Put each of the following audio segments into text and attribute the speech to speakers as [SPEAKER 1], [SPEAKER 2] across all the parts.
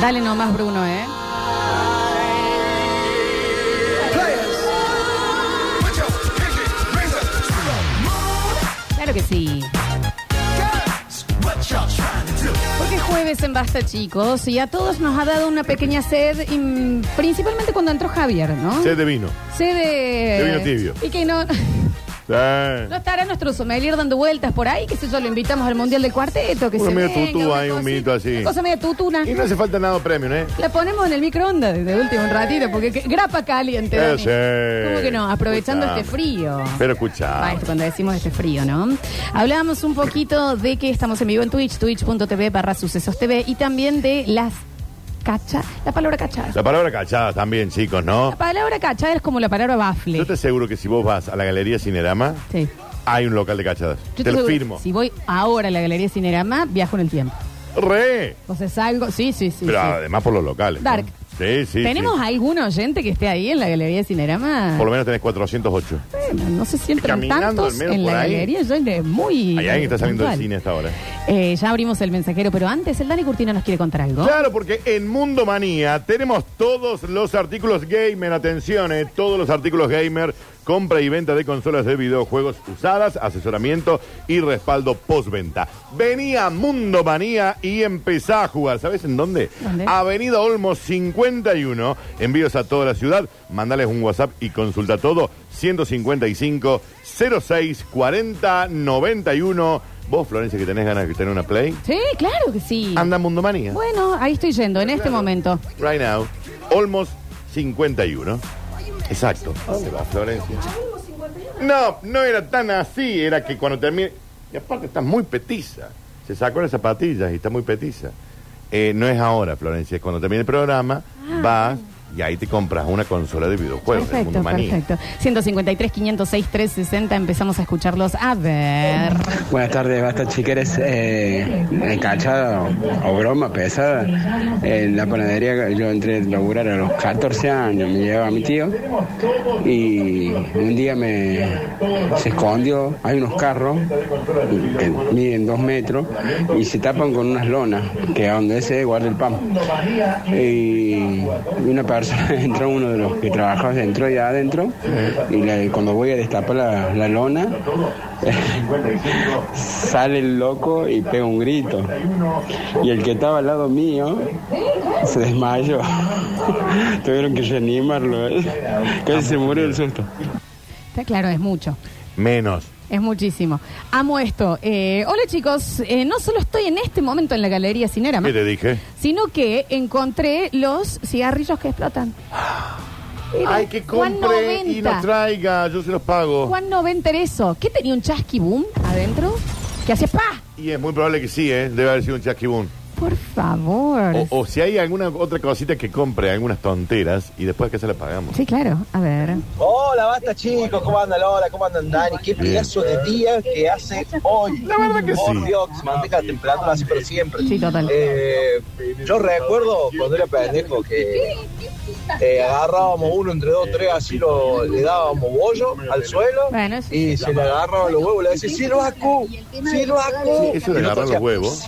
[SPEAKER 1] Dale nomás, Bruno, ¿eh? Claro que sí. Porque es jueves en Basta, chicos, y a todos nos ha dado una pequeña sed, y, principalmente cuando entró Javier, ¿no?
[SPEAKER 2] Sed de vino.
[SPEAKER 1] Sed de...
[SPEAKER 2] De vino tibio.
[SPEAKER 1] Y que no, no
[SPEAKER 2] Eh,
[SPEAKER 1] estará nuestro sommelier dando vueltas por ahí, que sé yo, lo invitamos al Mundial del Cuarteto, que
[SPEAKER 2] Uno
[SPEAKER 1] se
[SPEAKER 2] medio
[SPEAKER 1] venga,
[SPEAKER 2] tutú
[SPEAKER 1] una
[SPEAKER 2] ahí, un
[SPEAKER 1] cosita,
[SPEAKER 2] vinito así.
[SPEAKER 1] una cosa medio tutuna.
[SPEAKER 2] Y no hace falta nada premium, ¿eh?
[SPEAKER 1] La ponemos en el microondas de último un ratito, porque que- grapa caliente. Dani.
[SPEAKER 2] Eh, sí.
[SPEAKER 1] ¿Cómo que no? Aprovechando
[SPEAKER 2] Escuchame.
[SPEAKER 1] este frío.
[SPEAKER 2] Pero escuchá.
[SPEAKER 1] Ah, esto cuando decimos este frío, ¿no? Hablábamos un poquito de que estamos en vivo en Twitch, twitch.tv barra sucesos TV y también de las cacha, la palabra cachada.
[SPEAKER 2] La palabra cachada también, chicos, ¿no?
[SPEAKER 1] La palabra cachada es como la palabra bafle.
[SPEAKER 2] Yo te aseguro que si vos vas a la galería Cinerama,
[SPEAKER 1] Sí.
[SPEAKER 2] hay un local de cachadas.
[SPEAKER 1] Yo
[SPEAKER 2] te, lo
[SPEAKER 1] aseguro,
[SPEAKER 2] firmo.
[SPEAKER 1] Si voy ahora a la Galería Cinerama, viajo en el tiempo.
[SPEAKER 2] ¡Re!
[SPEAKER 1] Entonces salgo, sí, sí, sí.
[SPEAKER 2] Pero
[SPEAKER 1] sí.
[SPEAKER 2] además por los locales. ¿no?
[SPEAKER 1] Dark.
[SPEAKER 2] Sí, sí.
[SPEAKER 1] ¿Tenemos
[SPEAKER 2] sí.
[SPEAKER 1] algún oyente que esté ahí en la Galería Cinerama?
[SPEAKER 2] Por lo menos tenés 408.
[SPEAKER 1] Bueno, no se sienten
[SPEAKER 2] Caminando
[SPEAKER 1] tantos
[SPEAKER 2] al menos
[SPEAKER 1] en la
[SPEAKER 2] por ahí.
[SPEAKER 1] galería. Yo es muy.
[SPEAKER 2] Hay alguien que está saliendo
[SPEAKER 1] puntual.
[SPEAKER 2] del cine hasta ahora.
[SPEAKER 1] Eh, ya abrimos el mensajero, pero antes el Dani Curtino nos quiere contar algo.
[SPEAKER 2] Claro, porque en Mundo Manía tenemos todos los artículos gamer, atención, eh, todos los artículos gamer, compra y venta de consolas de videojuegos usadas, asesoramiento y respaldo postventa. Venía Mundo Manía y empezá a jugar, ¿sabes en dónde?
[SPEAKER 1] ¿Dónde?
[SPEAKER 2] Avenida Olmos 51, envíos a toda la ciudad, mandales un WhatsApp y consulta todo, 155 06 40 91. Vos, Florencia, que tenés ganas de tener una Play,
[SPEAKER 1] Sí, claro que sí.
[SPEAKER 2] anda Mundo Manía.
[SPEAKER 1] Bueno, ahí estoy yendo en este momento.
[SPEAKER 2] Right now, Olmos 51. Exacto. ¿A dónde va Florencia? No, no era tan así, era que cuando termine. Y aparte está muy petiza. Se sacó las zapatillas y está muy petiza. Eh, no es ahora, Florencia, es cuando termine el programa, vas y ahí te compras una consola de videojuegos. del
[SPEAKER 1] perfecto,
[SPEAKER 2] Mundo Manía.
[SPEAKER 1] perfecto. 153, 506, 360, empezamos a escucharlos. A ver.
[SPEAKER 3] Buenas tardes, basta chiqueres. Eh, eh, cachada o, o broma pesada. En la panadería yo entré a laburar a los 14 años, me llevaba mi tío y un día me se escondió. Hay unos carros que miden dos metros y se tapan con unas lonas que a donde ese guarda el pan. Y una persona entró, uno de los que trabajaba entró ya adentro y la- cuando voy a destapar la, la lona. Sale el loco y pega un grito. Y el que estaba al lado mío se desmayó. Tuvieron que reanimarlo. ¿eh? Casi se murió del susto.
[SPEAKER 1] Está claro, es mucho.
[SPEAKER 2] Menos.
[SPEAKER 1] Es muchísimo. Amo esto. Eh, hola chicos, Eh, no solo estoy en este momento en la Galería Cinerama,
[SPEAKER 2] ¿Qué te dije?
[SPEAKER 1] sino que encontré los cigarrillos que explotan.
[SPEAKER 2] Ay, que
[SPEAKER 1] Juan
[SPEAKER 2] compre y
[SPEAKER 1] 90.
[SPEAKER 2] nos traiga, yo se los pago.
[SPEAKER 1] Juan no va a entender eso. ¿Qué tenía un chasqui boom adentro? ¿Qué hacía? ¡Pa!
[SPEAKER 2] Y es muy probable que sí, ¿eh? Debe haber sido un chasquibún.
[SPEAKER 1] Por favor.
[SPEAKER 2] O, o si hay alguna otra cosita que compre, algunas tonteras, y después que se la pagamos.
[SPEAKER 1] Sí, claro. A ver.
[SPEAKER 4] Hola, basta chicos, ¿cómo andan Lola? ¿Cómo andan Dani? Qué pedazo de día que hace hoy. La verdad que
[SPEAKER 2] sí.
[SPEAKER 4] Por Dios, se mantenga la temperatura así, pero siempre.
[SPEAKER 1] Sí, total.
[SPEAKER 4] Eh, yo recuerdo cuando era pendejo que eh, agarrábamos uno entre dos, tres, así lo, le dábamos bollo al suelo
[SPEAKER 1] Bueno, eso
[SPEAKER 4] y se le agarraba los huevos, le decía, ¡Silvacu! ¡Silvacu!
[SPEAKER 2] Eso de agarrar los huevos.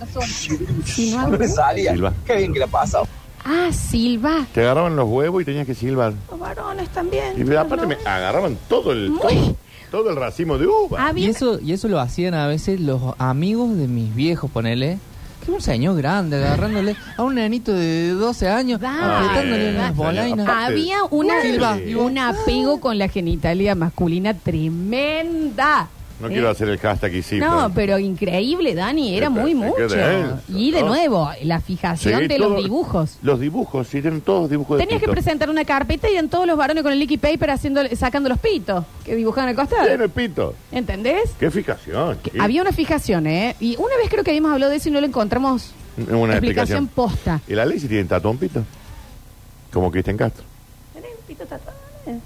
[SPEAKER 1] Si no
[SPEAKER 4] No
[SPEAKER 1] hay-
[SPEAKER 4] le salía.
[SPEAKER 2] Silva.
[SPEAKER 4] Qué bien que la pasaba.
[SPEAKER 1] Ah, Silva.
[SPEAKER 2] Te agarraban los huevos y tenías que silbar.
[SPEAKER 1] Los varones también.
[SPEAKER 2] Y aparte me agarraban todo el todo, todo el racimo de uva.
[SPEAKER 5] Y
[SPEAKER 1] Había...
[SPEAKER 5] eso, y eso lo hacían a veces los amigos de mis viejos, ponele. Que un señor grande agarrándole a un nenito de 12 años,
[SPEAKER 1] Dale.
[SPEAKER 5] apretándole unas
[SPEAKER 2] Dale.
[SPEAKER 5] bolainas.
[SPEAKER 2] Ah,
[SPEAKER 1] Había una,
[SPEAKER 5] Silva.
[SPEAKER 1] un apego con la genitalia masculina tremenda.
[SPEAKER 2] No
[SPEAKER 1] Eh,
[SPEAKER 2] quiero hacer el hashtag y sí.
[SPEAKER 1] no, pero increíble, Dani, era
[SPEAKER 2] Qué
[SPEAKER 1] muy
[SPEAKER 2] pe- qué
[SPEAKER 1] mucho.
[SPEAKER 2] denso,
[SPEAKER 1] Y de
[SPEAKER 2] ¿no?
[SPEAKER 1] nuevo, la
[SPEAKER 2] Sí,
[SPEAKER 1] fijación de los
[SPEAKER 2] todo-
[SPEAKER 1] dibujos.
[SPEAKER 2] Los dibujos, sí, tienen todos dibujos de
[SPEAKER 1] Tenías que
[SPEAKER 2] pito.
[SPEAKER 1] presentar una carpeta y eran todos los varones con el liquid paper haciendo, sacando los pitos que dibujaban al costado.
[SPEAKER 2] Tiene pito.
[SPEAKER 1] ¿Entendés?
[SPEAKER 2] Qué fijación.
[SPEAKER 1] Que
[SPEAKER 2] sí.
[SPEAKER 1] Había una fijación, ¿eh? Y una vez creo que habíamos hablado de eso y no lo encontramos.
[SPEAKER 2] una
[SPEAKER 1] explicación
[SPEAKER 2] explicación.
[SPEAKER 1] posta.
[SPEAKER 2] ¿Y la ley si tiene tatuón pito? Como Cristian Castro.
[SPEAKER 1] ¿Tenés un pito tatuado? Eh,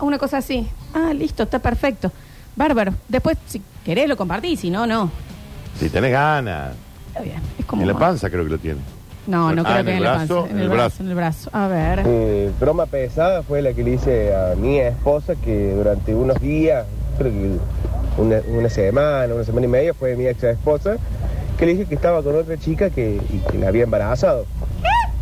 [SPEAKER 1] Una cosa así. Ah, listo, está perfecto. Bárbaro. Después, si querés, lo compartís, si no, no.
[SPEAKER 2] Si tenés ganas.
[SPEAKER 1] Está bien. Es como.
[SPEAKER 2] En la panza creo que lo tiene.
[SPEAKER 1] No, no
[SPEAKER 2] Ah,
[SPEAKER 1] creo
[SPEAKER 2] en
[SPEAKER 1] que
[SPEAKER 2] el
[SPEAKER 1] en la
[SPEAKER 2] brazo,
[SPEAKER 1] panza. En el brazo, en el brazo. A ver.
[SPEAKER 6] Eh, broma pesada fue la que le hice a mi esposa que durante unos días, creo que una, una semana, una semana y media, fue mi ex esposa, que le dije que estaba con otra chica que, y que la había embarazado.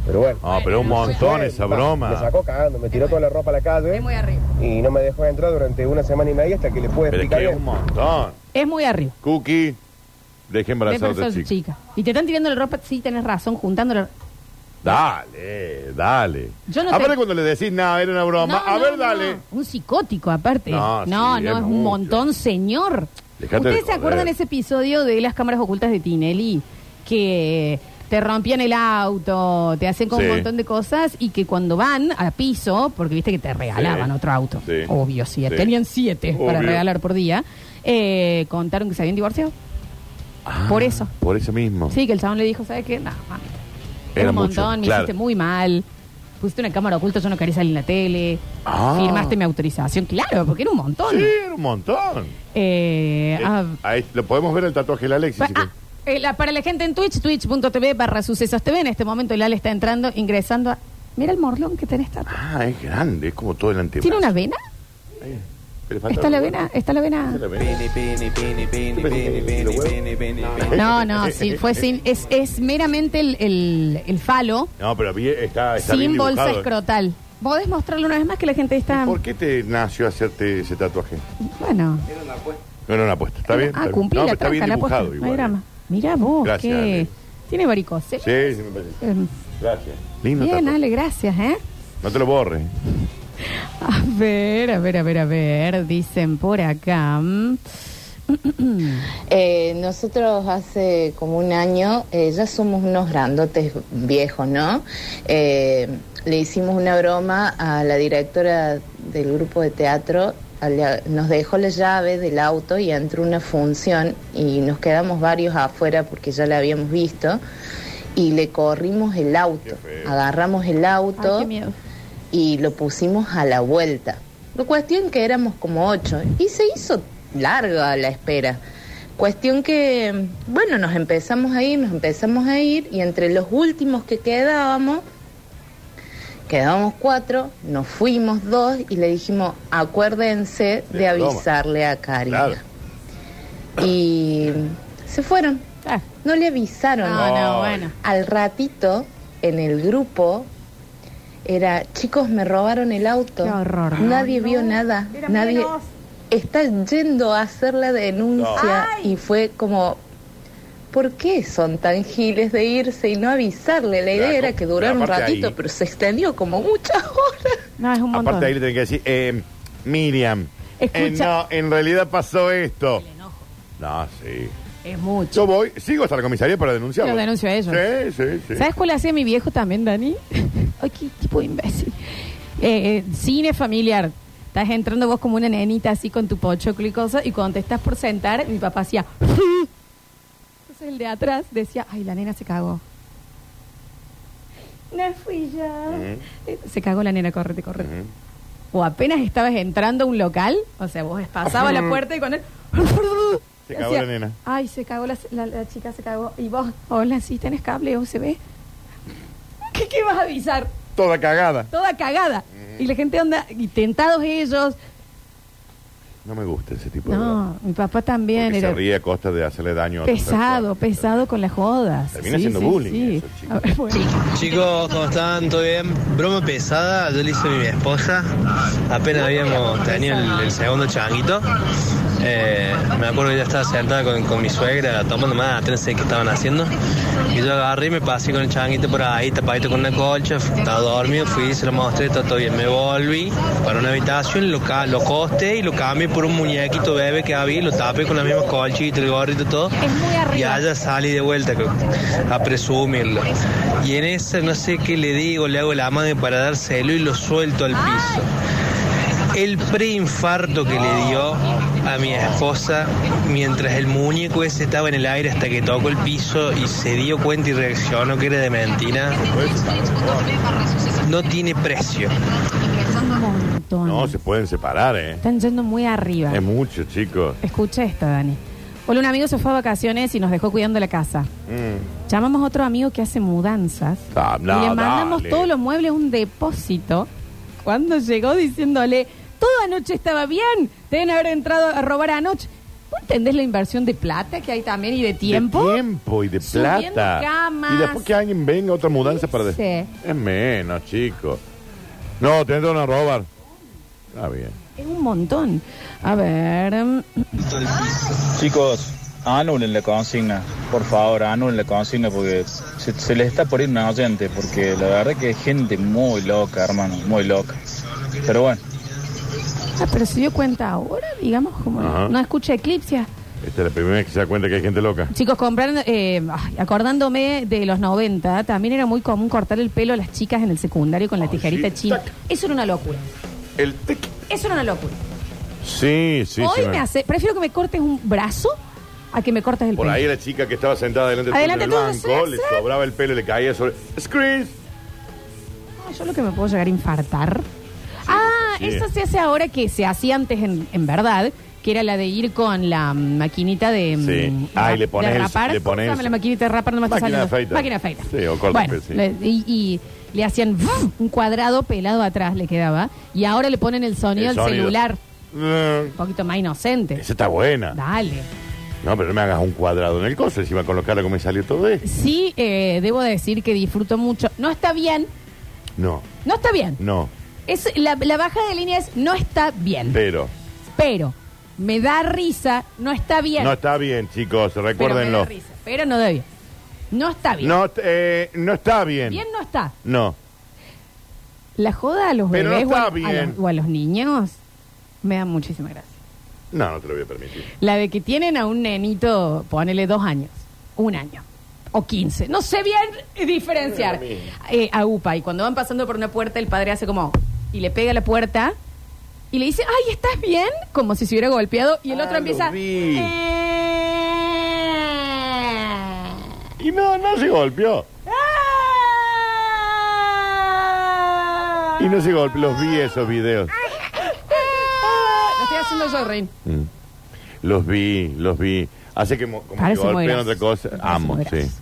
[SPEAKER 6] Pero bueno.
[SPEAKER 2] No, Ah, pero un montón
[SPEAKER 6] Fue,
[SPEAKER 2] esa
[SPEAKER 6] va, Me
[SPEAKER 2] broma.
[SPEAKER 6] sacó cagando, me tiró toda la ropa a la calle
[SPEAKER 1] Es muy arriba.
[SPEAKER 6] y no me dejó entrar durante una semana y media hasta que le pude
[SPEAKER 2] Pero es
[SPEAKER 6] explicar
[SPEAKER 2] que es un
[SPEAKER 6] bien.
[SPEAKER 2] montón.
[SPEAKER 1] Es muy arriba.
[SPEAKER 2] Cookie, dejé
[SPEAKER 1] Me
[SPEAKER 2] embarazada a otra
[SPEAKER 1] parece
[SPEAKER 2] chica.
[SPEAKER 1] chica. Y te están tirando la ropa, sí, tenés razón, juntándola.
[SPEAKER 2] Dale, dale.
[SPEAKER 1] Yo no
[SPEAKER 2] Aparte
[SPEAKER 1] te-
[SPEAKER 2] cuando le decís, no, era una broma.
[SPEAKER 1] No,
[SPEAKER 2] a
[SPEAKER 1] no,
[SPEAKER 2] ver,
[SPEAKER 1] no.
[SPEAKER 2] dale.
[SPEAKER 1] Un psicótico, aparte. No,
[SPEAKER 2] No, sí,
[SPEAKER 1] no,
[SPEAKER 2] es
[SPEAKER 1] es un
[SPEAKER 2] mucho.
[SPEAKER 1] montón, señor.
[SPEAKER 2] Dejate de
[SPEAKER 1] ¿Ustedes se
[SPEAKER 2] joder.
[SPEAKER 1] acuerdan ese episodio de las cámaras ocultas de Tinelli? Que te rompían el auto, te hacen con
[SPEAKER 2] Sí.
[SPEAKER 1] un montón de cosas y que cuando van a piso, porque viste que te regalaban
[SPEAKER 2] Sí.
[SPEAKER 1] otro auto.
[SPEAKER 2] Sí.
[SPEAKER 1] Obvio, sí.
[SPEAKER 2] Sí.
[SPEAKER 1] Tenían siete para
[SPEAKER 2] Obvio.
[SPEAKER 1] regalar por día. Eh, contaron que se habían divorciado.
[SPEAKER 2] Ah.
[SPEAKER 1] Por eso.
[SPEAKER 2] Por eso mismo.
[SPEAKER 1] Sí, que el chabón le dijo, ¿sabes qué? No, mami, era
[SPEAKER 2] Era
[SPEAKER 1] un
[SPEAKER 2] mucho,
[SPEAKER 1] montón, me
[SPEAKER 2] claro.
[SPEAKER 1] hiciste muy mal. Pusiste una cámara oculta, yo no quería salir en la tele.
[SPEAKER 2] Ah.
[SPEAKER 1] Firmaste mi autorización. Claro, porque era un montón.
[SPEAKER 2] Sí, era un montón.
[SPEAKER 1] Eh,
[SPEAKER 2] Eh,
[SPEAKER 1] ah,
[SPEAKER 2] ahí, lo podemos ver el tatuaje del Alexis.
[SPEAKER 1] pa-
[SPEAKER 2] si
[SPEAKER 1] ah, eh, la- para la gente en Twitch, twitch.tv barra sucesos TV. En este momento el Ale está entrando, ingresando a... Mira el morlón que tenés. Tato.
[SPEAKER 2] querés. ah, es grande, es como todo el antebrazo.
[SPEAKER 1] ¿Tiene una vena?
[SPEAKER 2] Ahí. Pero le falta
[SPEAKER 1] ¿Está la
[SPEAKER 2] algo.
[SPEAKER 1] vena? ¿Está la vena?
[SPEAKER 2] Está la vena.
[SPEAKER 1] No, no, sí, fue sin... Es, es meramente el, el- el falo
[SPEAKER 2] No, pero bien, está, está
[SPEAKER 1] sin
[SPEAKER 2] bien
[SPEAKER 1] bolsa
[SPEAKER 2] dibujado.
[SPEAKER 1] escrotal. ¿Podés mostrarlo una vez más que la gente está...
[SPEAKER 2] ¿Por qué te nació hacerte ese tatuaje?
[SPEAKER 1] Bueno...
[SPEAKER 2] No era una apuesta, ¿está bien?
[SPEAKER 1] Ah,
[SPEAKER 2] está
[SPEAKER 1] cumplí
[SPEAKER 2] bien.
[SPEAKER 1] la
[SPEAKER 2] No, pero
[SPEAKER 1] tranca,
[SPEAKER 2] está bien
[SPEAKER 1] la
[SPEAKER 2] dibujado
[SPEAKER 1] posta. No
[SPEAKER 2] igual. eh.
[SPEAKER 1] hay drama. Mirá vos,
[SPEAKER 2] Gracias,
[SPEAKER 1] que...
[SPEAKER 2] Ale.
[SPEAKER 1] Tiene varicose.
[SPEAKER 2] Sí, sí, me parece.
[SPEAKER 1] Eh,
[SPEAKER 2] Gracias. Lindo
[SPEAKER 1] Bien,
[SPEAKER 2] tatuaje.
[SPEAKER 1] Ale, gracias, ¿eh?
[SPEAKER 2] No te lo borres.
[SPEAKER 1] A ver, a ver, a ver, a ver, dicen por acá. mm,
[SPEAKER 7] Eh, nosotros hace como un año eh, ya somos unos grandotes viejos, ¿no? Eh, le hicimos una broma a la directora del grupo de teatro, a la- nos dejó la llave del auto y entró una función y nos quedamos varios afuera porque ya la habíamos visto y le corrimos el auto, agarramos el auto
[SPEAKER 1] Ay, qué miedo.
[SPEAKER 7] y lo pusimos a la vuelta. Lo cuestión que éramos como ocho y se hizo larga la espera. Cuestión que, bueno, nos empezamos a ir, nos empezamos a ir y entre los últimos que quedábamos, quedábamos cuatro, nos fuimos dos y le dijimos, acuérdense
[SPEAKER 2] De
[SPEAKER 7] de,
[SPEAKER 2] la broma.
[SPEAKER 7] avisarle a Karina.
[SPEAKER 2] Claro.
[SPEAKER 7] Y se fueron,
[SPEAKER 1] Ah,
[SPEAKER 7] no le avisaron.
[SPEAKER 1] no, no, bueno.
[SPEAKER 7] Al ratito, en el grupo, era, chicos, me robaron el auto.
[SPEAKER 1] Qué horror.
[SPEAKER 7] Nadie vio nada. Nadie está yendo a hacer la denuncia y fue como, ¿por qué son tan giles de irse y no avisarle? La idea
[SPEAKER 2] Claro,
[SPEAKER 7] era que durara
[SPEAKER 2] pero
[SPEAKER 7] un
[SPEAKER 2] aparte
[SPEAKER 7] ratito,
[SPEAKER 2] ahí-
[SPEAKER 7] pero se extendió como muchas horas.
[SPEAKER 1] No, es un montón.
[SPEAKER 2] Aparte ahí le tenés que decir, eh, Miriam, eh,
[SPEAKER 1] Escucha.
[SPEAKER 2] no, en realidad pasó esto. No, sí.
[SPEAKER 1] Es mucho.
[SPEAKER 2] Yo voy, sigo hasta la comisaría para denunciar.
[SPEAKER 1] Los denuncio a ellos.
[SPEAKER 2] Sí, sí, sí.
[SPEAKER 1] ¿Sabes cuál hacía mi viejo también, Dani? Ay, qué tipo de imbécil. Eh, eh, cine familiar. Estás entrando vos como una nenita así con tu pochoclo y cosas, y cuando te estás por sentar, mi papá hacía. Entonces el de atrás decía, ay, la nena se cagó. No fui yo.
[SPEAKER 2] Ujú.
[SPEAKER 1] Eh, Se cagó la nena, correte, correte.
[SPEAKER 2] Ujú.
[SPEAKER 1] O apenas estabas entrando a un local, o sea, vos pasabas la puerta y con él.
[SPEAKER 2] Se cagó la nena.
[SPEAKER 1] Ay, se cagó la, la- la chica, se cagó. Y vos, hola, sí, tenés cable, UCB. ¿Qué, ¿Qué vas a avisar?
[SPEAKER 2] Toda cagada.
[SPEAKER 1] Toda cagada.
[SPEAKER 2] Eh.
[SPEAKER 1] Y la gente anda, y tentados ellos.
[SPEAKER 2] No me gusta ese tipo de... broma.
[SPEAKER 1] No, mi papá también
[SPEAKER 2] pues, Porque se
[SPEAKER 1] era
[SPEAKER 2] ríe a costa de hacerle daño a otras
[SPEAKER 1] pesado,
[SPEAKER 2] personas.
[SPEAKER 1] pesado con las jodas.
[SPEAKER 2] Termina siendo bullying eso, chico.
[SPEAKER 1] A ver, bueno.
[SPEAKER 8] Chicos, ¿cómo están? ¿Todo bien? Broma pesada, yo le hice a mi esposa. Apenas habíamos tenido el, el segundo changuito. Eh, me acuerdo que ella estaba sentada con, con mi suegra tomando mate, no sé qué estaban haciendo. Y yo agarré y me pasé con el changuito por ahí, tapadito con una colcha, fu- estaba dormido, fui, se lo mostré, todo, todo bien. Me volví para una habitación, lo, ca- lo costé y lo cambié por un muñequito bebé que había, y lo tapé con la misma colchita, el gorrito, todo.
[SPEAKER 1] Es muy arriba.
[SPEAKER 8] Y allá salí de vuelta co- a presumirlo. Y en esa no sé qué le digo, le hago la mano para dárselo y lo suelto al piso. El preinfarto que le dio a mi esposa mientras el muñeco ese estaba en el aire hasta que tocó el piso y se dio cuenta y reaccionó que era de mentira, no tiene precio.
[SPEAKER 1] Un montón.
[SPEAKER 2] No, se pueden separar, ¿eh?
[SPEAKER 1] Están yendo muy arriba.
[SPEAKER 2] Es mucho, chicos.
[SPEAKER 1] Escucha esta, Dani. Hola, un amigo se fue a vacaciones y nos dejó cuidando la casa.
[SPEAKER 2] Mm.
[SPEAKER 1] Llamamos a otro amigo que hace mudanzas.
[SPEAKER 2] Ah, no,
[SPEAKER 1] y le mandamos
[SPEAKER 2] dale.
[SPEAKER 1] todos los muebles a un depósito. Cuando llegó diciéndole, todo anoche estaba bien, deben haber entrado a robar anoche. ¿Vos entendés la inversión de plata que hay también y de tiempo?
[SPEAKER 2] De tiempo y de
[SPEAKER 1] Subiendo
[SPEAKER 2] plata.
[SPEAKER 1] camas.
[SPEAKER 2] Y después que alguien venga otra mudanza para... de-
[SPEAKER 1] Sí.
[SPEAKER 2] Es menos, chicos. No, te entran a robar. Está bien.
[SPEAKER 1] Es un montón. A ver. mm,
[SPEAKER 9] Chicos, anulen la consigna, por favor, anulen la consigna porque se, se les está por ir una oyente, porque la verdad que hay gente muy loca, hermano, muy loca. Pero bueno,
[SPEAKER 1] Ah, pero se dio cuenta ahora, digamos, como
[SPEAKER 2] Ajá.
[SPEAKER 1] no escucha Eclipse.
[SPEAKER 2] Esta es la primera vez que se da cuenta que hay gente loca.
[SPEAKER 1] Chicos, compraron, eh, ay, acordándome de los 90, también era muy común cortar el pelo a las chicas en el secundario con la tijerita
[SPEAKER 2] sí,
[SPEAKER 1] china.
[SPEAKER 2] tac.
[SPEAKER 1] Eso era una locura.
[SPEAKER 2] El tic.
[SPEAKER 1] Eso era una locura.
[SPEAKER 2] Sí, sí.
[SPEAKER 1] Hoy
[SPEAKER 2] sí,
[SPEAKER 1] me
[SPEAKER 2] bueno.
[SPEAKER 1] hace, prefiero que me cortes un brazo a que me cortes el
[SPEAKER 2] Por
[SPEAKER 1] pelo.
[SPEAKER 2] ahí la chica que estaba sentada delante del
[SPEAKER 1] Adelante
[SPEAKER 2] del
[SPEAKER 1] tú,
[SPEAKER 2] banco,
[SPEAKER 1] sí,
[SPEAKER 2] le
[SPEAKER 1] sí.
[SPEAKER 2] sobraba el pelo y le caía sobre... ¡Screens!
[SPEAKER 1] No, Ah, yo lo que me puedo llegar a infartar. ah,
[SPEAKER 2] sí.
[SPEAKER 1] eso se hace ahora que se hacía antes en, en verdad, que era la de ir con la mm, maquinita de. mm,
[SPEAKER 2] Sí. Ah, y le
[SPEAKER 1] rap-
[SPEAKER 2] pones
[SPEAKER 1] de
[SPEAKER 2] el-
[SPEAKER 1] rapar.
[SPEAKER 2] le pones-
[SPEAKER 1] ¿Cómo se llama la maquinita de rapar no me está
[SPEAKER 2] Máquina de afeitar.
[SPEAKER 1] saliendo? Máquina de afeitar.
[SPEAKER 2] Sí, o corta el pelo,
[SPEAKER 1] Bueno,
[SPEAKER 2] sí.
[SPEAKER 1] le- y, y le hacían un cuadrado pelado atrás, le quedaba. Y ahora le ponen el sonido
[SPEAKER 2] El
[SPEAKER 1] al
[SPEAKER 2] sonido.
[SPEAKER 1] celular.
[SPEAKER 2] Eh,
[SPEAKER 1] Un poquito más inocente.
[SPEAKER 2] Esa está buena.
[SPEAKER 1] Dale.
[SPEAKER 2] No, pero no me hagas un cuadrado en el coso. Encima con los caras como me salió todo esto.
[SPEAKER 1] Sí, eh, debo decir que disfruto mucho. No está bien.
[SPEAKER 2] No,
[SPEAKER 1] No está bien.
[SPEAKER 2] no.
[SPEAKER 1] Es, la, la baja de línea es no está bien.
[SPEAKER 2] Pero...
[SPEAKER 1] pero me da risa, no está bien.
[SPEAKER 2] No está bien, chicos,
[SPEAKER 1] pero me da
[SPEAKER 2] recuérdenlo.
[SPEAKER 1] risa, pero no da bien. No está bien.
[SPEAKER 2] No, eh, no está bien.
[SPEAKER 1] Bien no está.
[SPEAKER 2] No.
[SPEAKER 1] La joda a los
[SPEAKER 2] Pero no
[SPEAKER 1] bebés o, a,
[SPEAKER 2] está
[SPEAKER 1] a los-
[SPEAKER 2] bien.
[SPEAKER 1] o a los niños me da muchísima gracia.
[SPEAKER 2] No, no te lo voy a permitir.
[SPEAKER 1] La de que tienen a un nenito, ponele dos años, un año o quince, no sé bien diferenciar
[SPEAKER 2] No es lo mismo.
[SPEAKER 1] eh, a UPA y cuando van pasando por una puerta el padre hace como y le pega a la puerta y le dice, ay, ¿estás bien? Como si se hubiera golpeado y el
[SPEAKER 2] Ah,
[SPEAKER 1] otro
[SPEAKER 2] lo
[SPEAKER 1] empieza...
[SPEAKER 2] vi.
[SPEAKER 1] "Eh".
[SPEAKER 2] Y no, no se golpeó.
[SPEAKER 1] Ah.
[SPEAKER 2] Y no se golpeó. Los vi esos videos.
[SPEAKER 1] Lo estoy haciendo yo, Rin.
[SPEAKER 2] Mm. Los vi, los vi. Hace que mo- como que
[SPEAKER 1] Parece muy
[SPEAKER 2] golpean
[SPEAKER 1] gracioso.
[SPEAKER 2] otra cosa.
[SPEAKER 1] Parece
[SPEAKER 2] Amo,
[SPEAKER 1] muy
[SPEAKER 2] sí.
[SPEAKER 1] gracioso.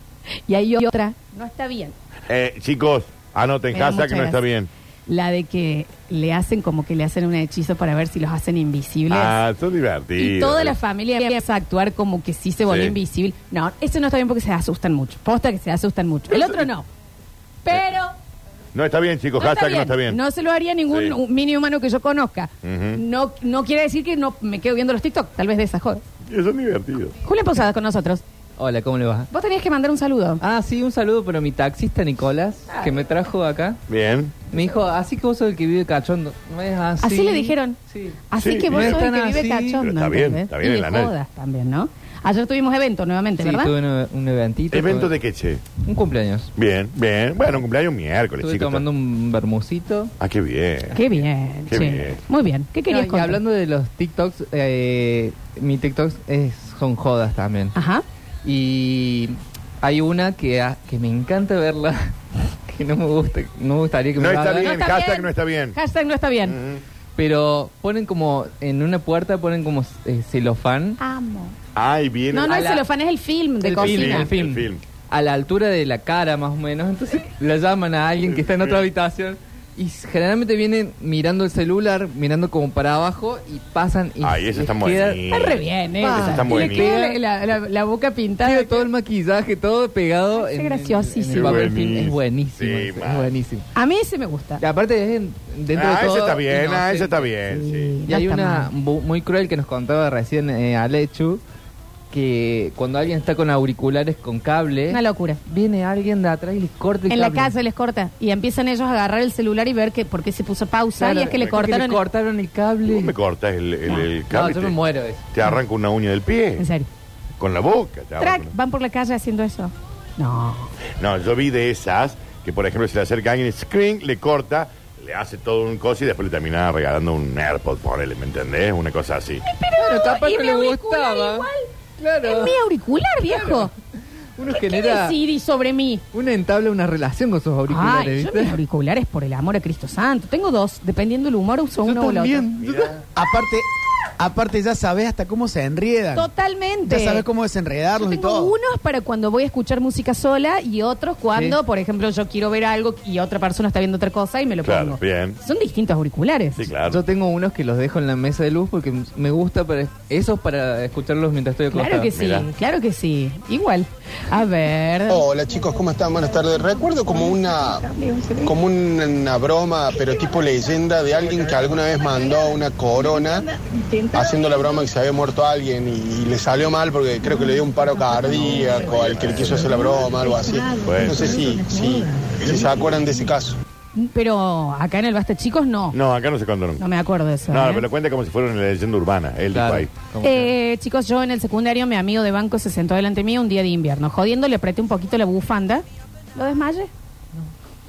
[SPEAKER 1] Y hay otra, no está bien.
[SPEAKER 2] Eh, chicos, anoten
[SPEAKER 1] Me da
[SPEAKER 2] casa
[SPEAKER 1] mucha
[SPEAKER 2] que no está
[SPEAKER 1] gracia.
[SPEAKER 2] bien.
[SPEAKER 1] La de que le hacen como que le hacen un hechizo para ver si los hacen invisibles.
[SPEAKER 2] Ah, son
[SPEAKER 1] y
[SPEAKER 2] divertidos.
[SPEAKER 1] toda la familia empieza a actuar como que sí se volvió
[SPEAKER 2] Sí.
[SPEAKER 1] invisible. No, eso no está bien porque se asustan mucho. Posta que se asustan mucho. El otro no. Pero
[SPEAKER 2] No está bien, chicos,
[SPEAKER 1] No
[SPEAKER 2] casa
[SPEAKER 1] está
[SPEAKER 2] que no está bien.
[SPEAKER 1] No se lo haría ningún
[SPEAKER 2] Sí.
[SPEAKER 1] hu- mini humano que yo conozca.
[SPEAKER 2] Ujú.
[SPEAKER 1] no, no quiere decir que no me quedo viendo los TikTok, tal vez de esas jodas.
[SPEAKER 2] Y Son divertidos.
[SPEAKER 1] Julián Posadas con nosotros.
[SPEAKER 5] Hola, ¿cómo le va?
[SPEAKER 1] Vos tenías que mandar un saludo.
[SPEAKER 5] Ah, sí, un saludo para mi taxista Nicolás, que me trajo acá.
[SPEAKER 2] Bien.
[SPEAKER 5] Me dijo, así que vos sos el que vive cachondo. No es así.
[SPEAKER 1] Así le dijeron.
[SPEAKER 5] Ah, Sí.
[SPEAKER 1] Así
[SPEAKER 2] Sí,
[SPEAKER 1] que vos
[SPEAKER 5] no
[SPEAKER 1] sos el
[SPEAKER 5] están
[SPEAKER 1] que vive
[SPEAKER 5] así.
[SPEAKER 1] cachondo.
[SPEAKER 2] Pero está bien,
[SPEAKER 1] ¿entendés?
[SPEAKER 2] está bien
[SPEAKER 1] y
[SPEAKER 2] el
[SPEAKER 1] de
[SPEAKER 2] anal.
[SPEAKER 1] jodas también, ¿no? Ayer tuvimos evento nuevamente,
[SPEAKER 5] Sí,
[SPEAKER 1] ¿verdad?
[SPEAKER 5] tuve un, e-, un eventito.
[SPEAKER 2] Evento de
[SPEAKER 5] tuve-
[SPEAKER 2] queche.
[SPEAKER 5] Un cumpleaños.
[SPEAKER 2] Bien, bien. Bueno, cumpleaños miércoles,
[SPEAKER 5] Estuve
[SPEAKER 2] chicos.
[SPEAKER 5] tomando un bermucito.
[SPEAKER 2] Ah, qué bien.
[SPEAKER 1] Qué bien,
[SPEAKER 2] Qué
[SPEAKER 1] che.
[SPEAKER 2] bien.
[SPEAKER 1] Muy bien. ¿Qué querías
[SPEAKER 5] No, y
[SPEAKER 1] contar?
[SPEAKER 5] hablando de los TikToks, eh, mi TikTok es, son jodas también.
[SPEAKER 1] Ajá.
[SPEAKER 5] Y hay una que, ha- que me encanta verla, que no me gusta, no me gustaría que
[SPEAKER 2] No
[SPEAKER 5] me la
[SPEAKER 2] está
[SPEAKER 5] hagan,
[SPEAKER 2] bien, hashtag no está bien.
[SPEAKER 1] Hashtag no está bien.
[SPEAKER 2] Ujú.
[SPEAKER 5] Pero ponen como, en una puerta ponen como eh, celofán
[SPEAKER 1] Amo.
[SPEAKER 2] Ay, viene.
[SPEAKER 1] Ah. No, no
[SPEAKER 5] A
[SPEAKER 1] es
[SPEAKER 5] la-
[SPEAKER 1] celofán, es el film de
[SPEAKER 5] El
[SPEAKER 1] cocina.
[SPEAKER 5] film, el film.
[SPEAKER 2] El film.
[SPEAKER 5] a la altura de la cara más o menos. Entonces la llaman a alguien que está en otra habitación y generalmente vienen mirando el celular, mirando como para abajo y pasan y
[SPEAKER 2] Ay, eso
[SPEAKER 5] les
[SPEAKER 2] está
[SPEAKER 5] queda-
[SPEAKER 1] Está re bien, ¿eh?
[SPEAKER 5] Ah,
[SPEAKER 1] Esa.
[SPEAKER 5] está
[SPEAKER 1] Y
[SPEAKER 2] buenísimo.
[SPEAKER 1] Le queda la, la- la- la boca pintada.
[SPEAKER 5] Tiene todo el maquillaje, todo pegado.
[SPEAKER 1] Ay,
[SPEAKER 5] en-
[SPEAKER 1] qué
[SPEAKER 5] en-
[SPEAKER 1] graciosísimo.
[SPEAKER 5] en el papel
[SPEAKER 2] Buenísimo.
[SPEAKER 5] film. Es buenísimo.
[SPEAKER 2] Sí,
[SPEAKER 5] es
[SPEAKER 2] mal.
[SPEAKER 5] buenísimo.
[SPEAKER 1] A mí ese me gusta.
[SPEAKER 5] Y aparte es en- dentro
[SPEAKER 2] Ah,
[SPEAKER 5] de todo.
[SPEAKER 2] ese está bien, ah,
[SPEAKER 5] inocente.
[SPEAKER 2] ese está bien, sí.
[SPEAKER 5] Y hay
[SPEAKER 1] No está
[SPEAKER 5] una
[SPEAKER 1] mal.
[SPEAKER 5] bu- muy cruel que nos contaba recién eh, Alechu, que cuando alguien está con auriculares con cable,
[SPEAKER 1] Una locura.
[SPEAKER 5] viene alguien de atrás y le corta el
[SPEAKER 1] En la
[SPEAKER 5] cable.
[SPEAKER 1] casa les corta. Y empiezan ellos a agarrar el celular y ver que por qué se puso pausa.
[SPEAKER 5] Claro,
[SPEAKER 1] y es que le
[SPEAKER 5] es que
[SPEAKER 1] cortaron.
[SPEAKER 5] le cortaron el cable.
[SPEAKER 2] Vos me cortas el, el, el
[SPEAKER 5] No,
[SPEAKER 2] cable.
[SPEAKER 5] yo
[SPEAKER 2] te,
[SPEAKER 5] me muero. eh.
[SPEAKER 2] te arranco una uña del pie.
[SPEAKER 1] En serio.
[SPEAKER 2] Con la boca. te
[SPEAKER 1] Track,
[SPEAKER 2] arranco
[SPEAKER 1] van por la calle haciendo eso. No.
[SPEAKER 2] una- No, yo vi de esas que, por ejemplo, se le acerca alguien, screen, le corta, le hace todo un coso y después le termina regalando un AirPod, ponele, ¿me entendés? Una cosa así.
[SPEAKER 5] Claro, capaz
[SPEAKER 1] y
[SPEAKER 5] que
[SPEAKER 1] mi
[SPEAKER 5] le
[SPEAKER 1] auricular
[SPEAKER 5] gustaba.
[SPEAKER 1] igual. Es
[SPEAKER 5] Claro.
[SPEAKER 1] mi auricular, viejo.
[SPEAKER 5] Uno
[SPEAKER 1] ¿Qué
[SPEAKER 5] genera.
[SPEAKER 1] decidí sobre mí?
[SPEAKER 5] Uno entabla una relación con sus auriculares,
[SPEAKER 1] Ay, yo
[SPEAKER 5] ¿viste?
[SPEAKER 1] mis auriculares por el amor a Cristo Santo. Tengo dos. Dependiendo del humor uso uno o el otro.
[SPEAKER 5] Yo- Aparte,
[SPEAKER 10] Aparte, ya sabes hasta cómo se enriedan.
[SPEAKER 1] Totalmente.
[SPEAKER 10] Ya sabes cómo
[SPEAKER 1] Yo
[SPEAKER 10] desenredarlos y
[SPEAKER 1] tengo
[SPEAKER 10] todo.
[SPEAKER 1] unos para cuando voy a escuchar música sola y otros cuando, por ejemplo, yo quiero ver algo y otra persona está viendo otra cosa y me lo
[SPEAKER 2] Claro,
[SPEAKER 1] pongo.
[SPEAKER 2] bien.
[SPEAKER 1] Son distintos auriculares.
[SPEAKER 2] Sí, claro.
[SPEAKER 5] Yo tengo unos que los dejo en la mesa de luz porque me gusta, para, esos para escucharlos mientras estoy acostado.
[SPEAKER 1] Claro que sí,
[SPEAKER 2] Mirá.
[SPEAKER 1] claro que sí. Igual. A ver.
[SPEAKER 11] Hola chicos, ¿cómo están? Buenas tardes. Recuerdo como una como una, una broma, pero tipo leyenda de alguien que alguna vez mandó una corona haciendo la broma que se había muerto alguien y, le salió mal porque creo que le dio un paro cardíaco al que le quiso hacer la broma, algo así.
[SPEAKER 2] Bueno.
[SPEAKER 11] No sé si, si, si se acuerdan de ese caso.
[SPEAKER 1] Pero acá en el Basta Chicos no. No,
[SPEAKER 2] No, acá no se contó nunca.
[SPEAKER 1] me acuerdo de eso.
[SPEAKER 2] No,
[SPEAKER 1] ¿eh?
[SPEAKER 2] pero cuenta como si fuera una leyenda urbana, él
[SPEAKER 5] Claro,
[SPEAKER 2] dijo ahí.
[SPEAKER 5] como que-
[SPEAKER 1] Eh, chicos, yo en el secundario, mi amigo de banco se sentó delante mío un día de invierno. Jodiendo, le apreté un poquito la bufanda. Lo desmayé.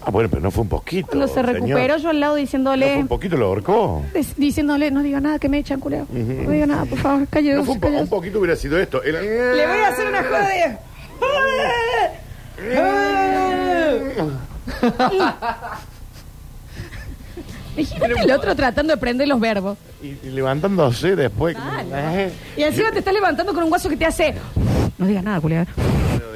[SPEAKER 2] Ah, bueno, pero no fue un poquito.
[SPEAKER 1] Cuando se
[SPEAKER 2] señor.
[SPEAKER 1] recuperó, yo al lado
[SPEAKER 2] No fue
[SPEAKER 1] diciéndole,
[SPEAKER 2] un poquito lo ahorcó.
[SPEAKER 1] des- diciéndole, no diga nada, que me echan, culeo.
[SPEAKER 2] Ujú.
[SPEAKER 1] No diga nada, por favor, cállese.
[SPEAKER 2] No fue un, po- un poquito hubiera sido esto. El-
[SPEAKER 1] Le voy a hacer una jodida. Imagínate el otro tratando de aprender los verbos.
[SPEAKER 2] Y, y levantándose después. Eh.
[SPEAKER 1] Y encima te estás levantando con un guaso que te hace. No digas nada, eh. culea.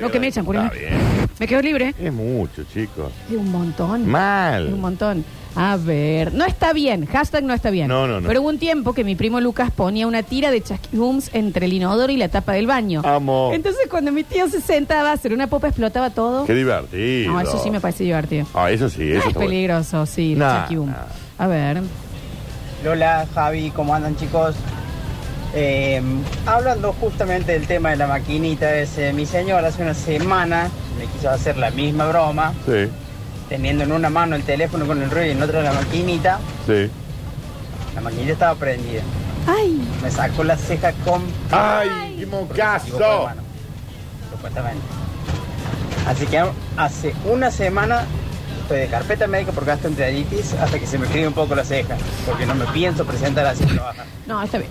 [SPEAKER 1] No, que me echan, culea.
[SPEAKER 2] Está bien.
[SPEAKER 1] Me quedo libre.
[SPEAKER 2] Es mucho, chicos.
[SPEAKER 1] Es un montón.
[SPEAKER 2] Mal.
[SPEAKER 1] Es un montón. A ver, no está bien, hashtag no está bien.
[SPEAKER 2] No, no, no.
[SPEAKER 1] Pero hubo un tiempo que mi primo Lucas ponía una tira de chasquibums entre el inodoro y la tapa del baño.
[SPEAKER 2] Amo.
[SPEAKER 1] Entonces cuando mi tío se sentaba a hacer una popa explotaba todo.
[SPEAKER 2] Qué divertido.
[SPEAKER 1] No, eso sí me parece divertido.
[SPEAKER 2] Ah, eso sí,
[SPEAKER 1] No
[SPEAKER 2] eso
[SPEAKER 1] es
[SPEAKER 2] está bueno.
[SPEAKER 1] peligroso, sí, el
[SPEAKER 2] No,
[SPEAKER 1] chasquibum.
[SPEAKER 2] no.
[SPEAKER 1] A ver.
[SPEAKER 12] Lola, Javi, ¿cómo andan chicos? Eh, hablando justamente del tema de la maquinita, es, eh, mi señora hace una semana me quiso hacer la misma broma,
[SPEAKER 2] Sí,
[SPEAKER 12] teniendo en una mano el teléfono con el ruido y en otra la maquinita.
[SPEAKER 2] sí.
[SPEAKER 12] La maquinita estaba prendida.
[SPEAKER 1] Ay,
[SPEAKER 12] Me sacó la ceja con...
[SPEAKER 2] ¡Ay, qué
[SPEAKER 12] equivocó de
[SPEAKER 2] mocazo!
[SPEAKER 12] mano, Supuestamente. Así que hace una semana estoy de carpeta médica por gastroenteritis hasta que se me quede un poco la ceja, porque no me pienso presentar así en trabajo.
[SPEAKER 1] no, está bien.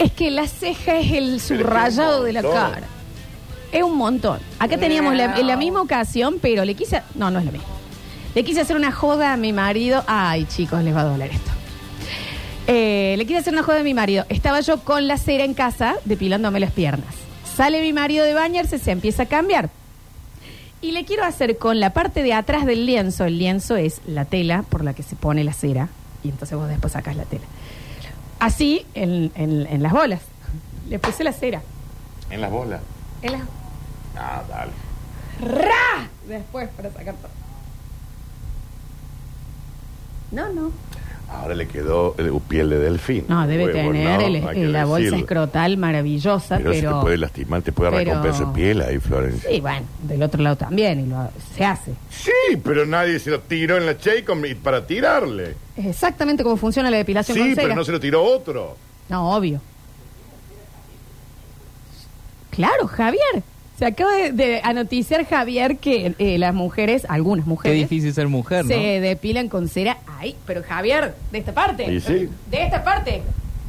[SPEAKER 1] Es que la ceja es el subrayado de la
[SPEAKER 2] montón.
[SPEAKER 1] cara. Es un montón. Acá teníamos la, en la misma ocasión, pero le quise. No, no es la misma. Le quise hacer una joda a mi marido. Ay, chicos, les va a doler esto. Eh, le quise hacer una joda a mi marido. Estaba yo con la cera en casa, depilándome las piernas. Sale mi marido de bañarse, se empieza a cambiar. Y le quiero hacer con la parte de atrás del lienzo. El lienzo es la tela por la que se pone la cera. Y entonces vos después sacas la tela. Así, en, en- en las bolas. Le puse la cera.
[SPEAKER 2] En las bolas.
[SPEAKER 1] En las
[SPEAKER 2] Ah, dale.
[SPEAKER 1] ¡Ra! Después para sacar todo. No, no.
[SPEAKER 2] Ahora le quedó eh, piel de delfín.
[SPEAKER 1] No, debe
[SPEAKER 2] Huevo,
[SPEAKER 1] tener
[SPEAKER 2] ¿no?
[SPEAKER 1] el-
[SPEAKER 2] Hay que
[SPEAKER 1] la bolsa
[SPEAKER 2] decirlo.
[SPEAKER 1] escrotal maravillosa,
[SPEAKER 2] Pero,
[SPEAKER 1] pero.
[SPEAKER 2] se te puede lastimar, te puede
[SPEAKER 1] pero-
[SPEAKER 2] recompensar piel ahí, Florencia.
[SPEAKER 1] Sí, bueno, del otro lado también, y lo- se hace.
[SPEAKER 2] Sí, pero nadie se lo tiró en la Chaycom y- para tirarle.
[SPEAKER 1] Es exactamente como funciona la depilación
[SPEAKER 2] Sí,
[SPEAKER 1] con
[SPEAKER 2] pero
[SPEAKER 1] cera.
[SPEAKER 2] no se lo tiró otro.
[SPEAKER 1] No, obvio. Claro, Javier. Se acaba de, de anoticiar, Javier, que eh, las mujeres, algunas
[SPEAKER 5] Qué
[SPEAKER 1] mujeres.
[SPEAKER 5] difícil ser mujer, ¿no?
[SPEAKER 1] Se depilan con cera. Ay, pero Javier, de esta parte.
[SPEAKER 2] Y sí.
[SPEAKER 1] De esta parte.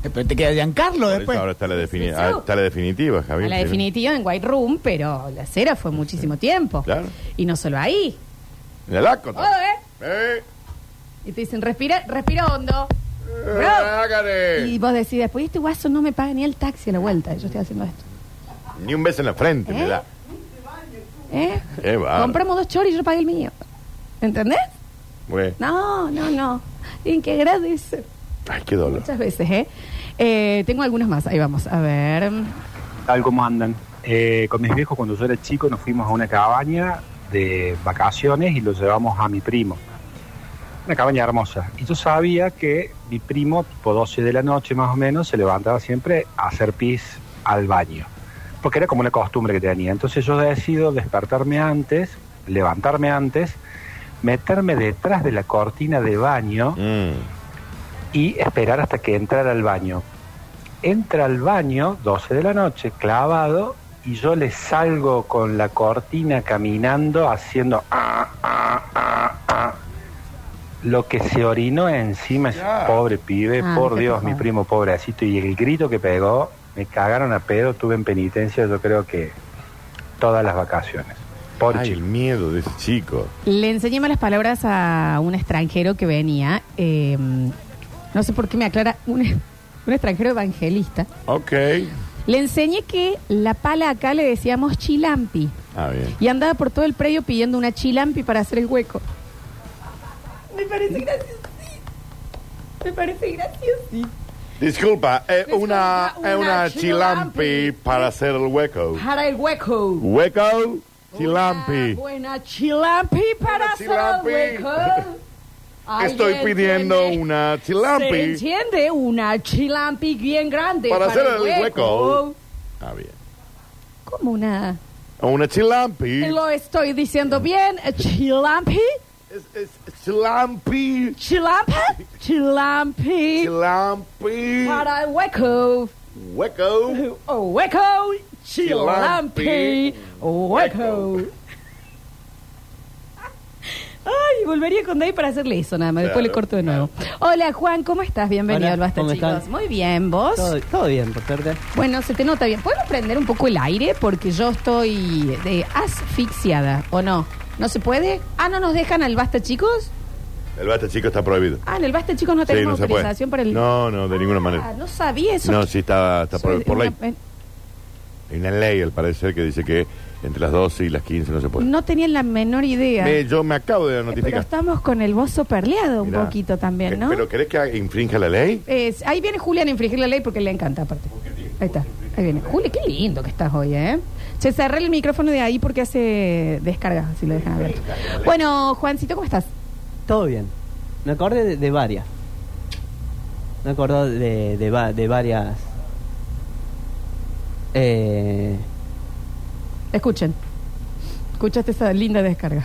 [SPEAKER 10] Eh, Pero te queda Giancarlo
[SPEAKER 2] Por eso
[SPEAKER 10] después.
[SPEAKER 2] ahora está la, defini-
[SPEAKER 1] Sí, sí.
[SPEAKER 2] ah, está la definitiva, Javier.
[SPEAKER 1] A la definitiva en White Room, pero la cera fue muchísimo tiempo.
[SPEAKER 2] Claro.
[SPEAKER 1] Y no solo ahí.
[SPEAKER 2] En la Lakota.
[SPEAKER 1] Todo, ¿eh?
[SPEAKER 2] ¿Eh?
[SPEAKER 1] Y te dicen, respira, respira hondo.
[SPEAKER 2] eh, hágale.
[SPEAKER 1] Y vos decís, después este guaso no me paga ni el taxi a la vuelta. Yo estoy haciendo esto.
[SPEAKER 2] Ni un beso en la frente me
[SPEAKER 1] ¿Eh?
[SPEAKER 2] da.
[SPEAKER 1] ¿Eh?
[SPEAKER 2] Qué bárbaro.
[SPEAKER 1] Compramos dos choris y yo pagué el mío. ¿Entendés?
[SPEAKER 2] Bueno.
[SPEAKER 1] No, no, no. Tienen que agradecer.
[SPEAKER 2] Ay, qué dolor.
[SPEAKER 1] Muchas veces, ¿eh? Eh, Tengo algunas más. Ahí vamos. A ver.
[SPEAKER 13] tal como andan. Eh, con mis viejos cuando yo era chico nos fuimos a una cabaña de vacaciones y lo llevamos a mi primo. Una cabaña hermosa. Y yo sabía que mi primo, tipo 12 de la noche más o menos, se levantaba siempre a hacer pis al baño. Porque era como una costumbre que tenía. Entonces yo decido despertarme antes, levantarme antes, meterme detrás de la cortina de baño
[SPEAKER 2] Mm.
[SPEAKER 13] y esperar hasta que entrara al baño. Entra al baño, 12 de la noche, clavado, y yo le salgo con la cortina caminando, haciendo ah, ah, ah, ah. lo que se orinó encima ese
[SPEAKER 2] Ya.
[SPEAKER 13] pobre pibe,
[SPEAKER 1] Ah,
[SPEAKER 13] por
[SPEAKER 1] qué
[SPEAKER 13] Dios,
[SPEAKER 1] pecado.
[SPEAKER 13] mi primo pobrecito, y el grito que pegó, me cagaron a pedo, tuve en penitencia, yo creo que todas las vacaciones. Pobre
[SPEAKER 2] Ay,
[SPEAKER 13] chico.
[SPEAKER 2] el miedo de ese chico.
[SPEAKER 1] Le enseñé malas palabras em, a un extranjero que venía. eh, no sé por qué me aclara. Un, un extranjero evangelista.
[SPEAKER 2] Ok.
[SPEAKER 1] Le enseñé que la pala acá le decíamos chilampi.
[SPEAKER 2] Ah, bien.
[SPEAKER 1] Y andaba por todo el predio pidiendo una chilampi para hacer el hueco.
[SPEAKER 14] Me parece gracioso. Me parece gracioso.
[SPEAKER 2] Disculpa, eh, una,
[SPEAKER 14] Disculpa,
[SPEAKER 2] eh,
[SPEAKER 14] una
[SPEAKER 2] una chilampi para hacer el hueco.
[SPEAKER 1] Para el hueco.
[SPEAKER 2] Hueco, chilampi.
[SPEAKER 1] Buena chilampi para hacer el hueco. Ay,
[SPEAKER 2] Estoy
[SPEAKER 1] ¿se
[SPEAKER 2] pidiendo
[SPEAKER 1] entiende?
[SPEAKER 2] una
[SPEAKER 1] ¿Se
[SPEAKER 2] chilampi
[SPEAKER 1] entiende? Una chilampi bien grande.
[SPEAKER 2] para hacer el hueco. Ah, bien.
[SPEAKER 1] Como una...
[SPEAKER 2] Una chilampi.
[SPEAKER 1] Lo estoy diciendo bien. Chilampi.
[SPEAKER 2] Chilampi.
[SPEAKER 1] Chilampi. Chilampi.
[SPEAKER 2] Chilampi.
[SPEAKER 1] Para el hueco.
[SPEAKER 2] Hueco.
[SPEAKER 1] Oh, hueco.
[SPEAKER 14] Chilampi.
[SPEAKER 1] Chilampi. Hueco. Ay, volvería con Day para hacerle eso nada más. Después le
[SPEAKER 15] Claro,
[SPEAKER 1] corto de nuevo. Hola, Juan, ¿cómo estás? Bienvenido
[SPEAKER 15] Hola,
[SPEAKER 1] al Basta,
[SPEAKER 15] ¿cómo
[SPEAKER 1] chicos.
[SPEAKER 15] están?
[SPEAKER 1] Muy bien, ¿vos?
[SPEAKER 15] Todo, todo bien, por suerte.
[SPEAKER 1] Bueno, se te nota bien. ¿Puedo prender un poco el aire? Porque yo estoy eh, asfixiada, ¿o no? ¿No se puede? Ah, ¿no nos dejan al Basta, chicos?
[SPEAKER 2] El bate chico está prohibido.
[SPEAKER 1] Ah, en el Basta, chicos, no
[SPEAKER 2] Sí, no
[SPEAKER 1] tenemos
[SPEAKER 2] se puede.
[SPEAKER 1] autorización para el...
[SPEAKER 2] No, no, de ninguna
[SPEAKER 1] Ah,
[SPEAKER 2] manera.
[SPEAKER 1] no sabía eso.
[SPEAKER 2] No, sí, está, está
[SPEAKER 1] Soy
[SPEAKER 2] por, por
[SPEAKER 1] una-
[SPEAKER 2] ley.
[SPEAKER 1] eh,
[SPEAKER 2] Hay una ley, al parecer, que dice que entre las 12 y las 15 no se puede.
[SPEAKER 1] No tenía la menor idea.
[SPEAKER 2] Me- yo me acabo de
[SPEAKER 1] Pero
[SPEAKER 2] notificar.
[SPEAKER 1] estamos con el bozo perleado un
[SPEAKER 2] Mirá.
[SPEAKER 1] poquito también, ¿no?
[SPEAKER 2] ¿Pero querés que ha- infrinja la ley?
[SPEAKER 1] Es- ahí viene Julián a infringir la ley porque le encanta, aparte. Ahí está. Ahí viene. Juli, qué lindo que estás hoy, ¿eh? Se cerré el micrófono de ahí porque hace descarga, si lo dejan abierto. Bueno, Juancito, ¿cómo estás?
[SPEAKER 15] Todo bien. Me acordé de, de varias. Me acuerdo de, de, va- de varias. Eh,
[SPEAKER 1] Escuchen. Escuchaste esa linda descarga.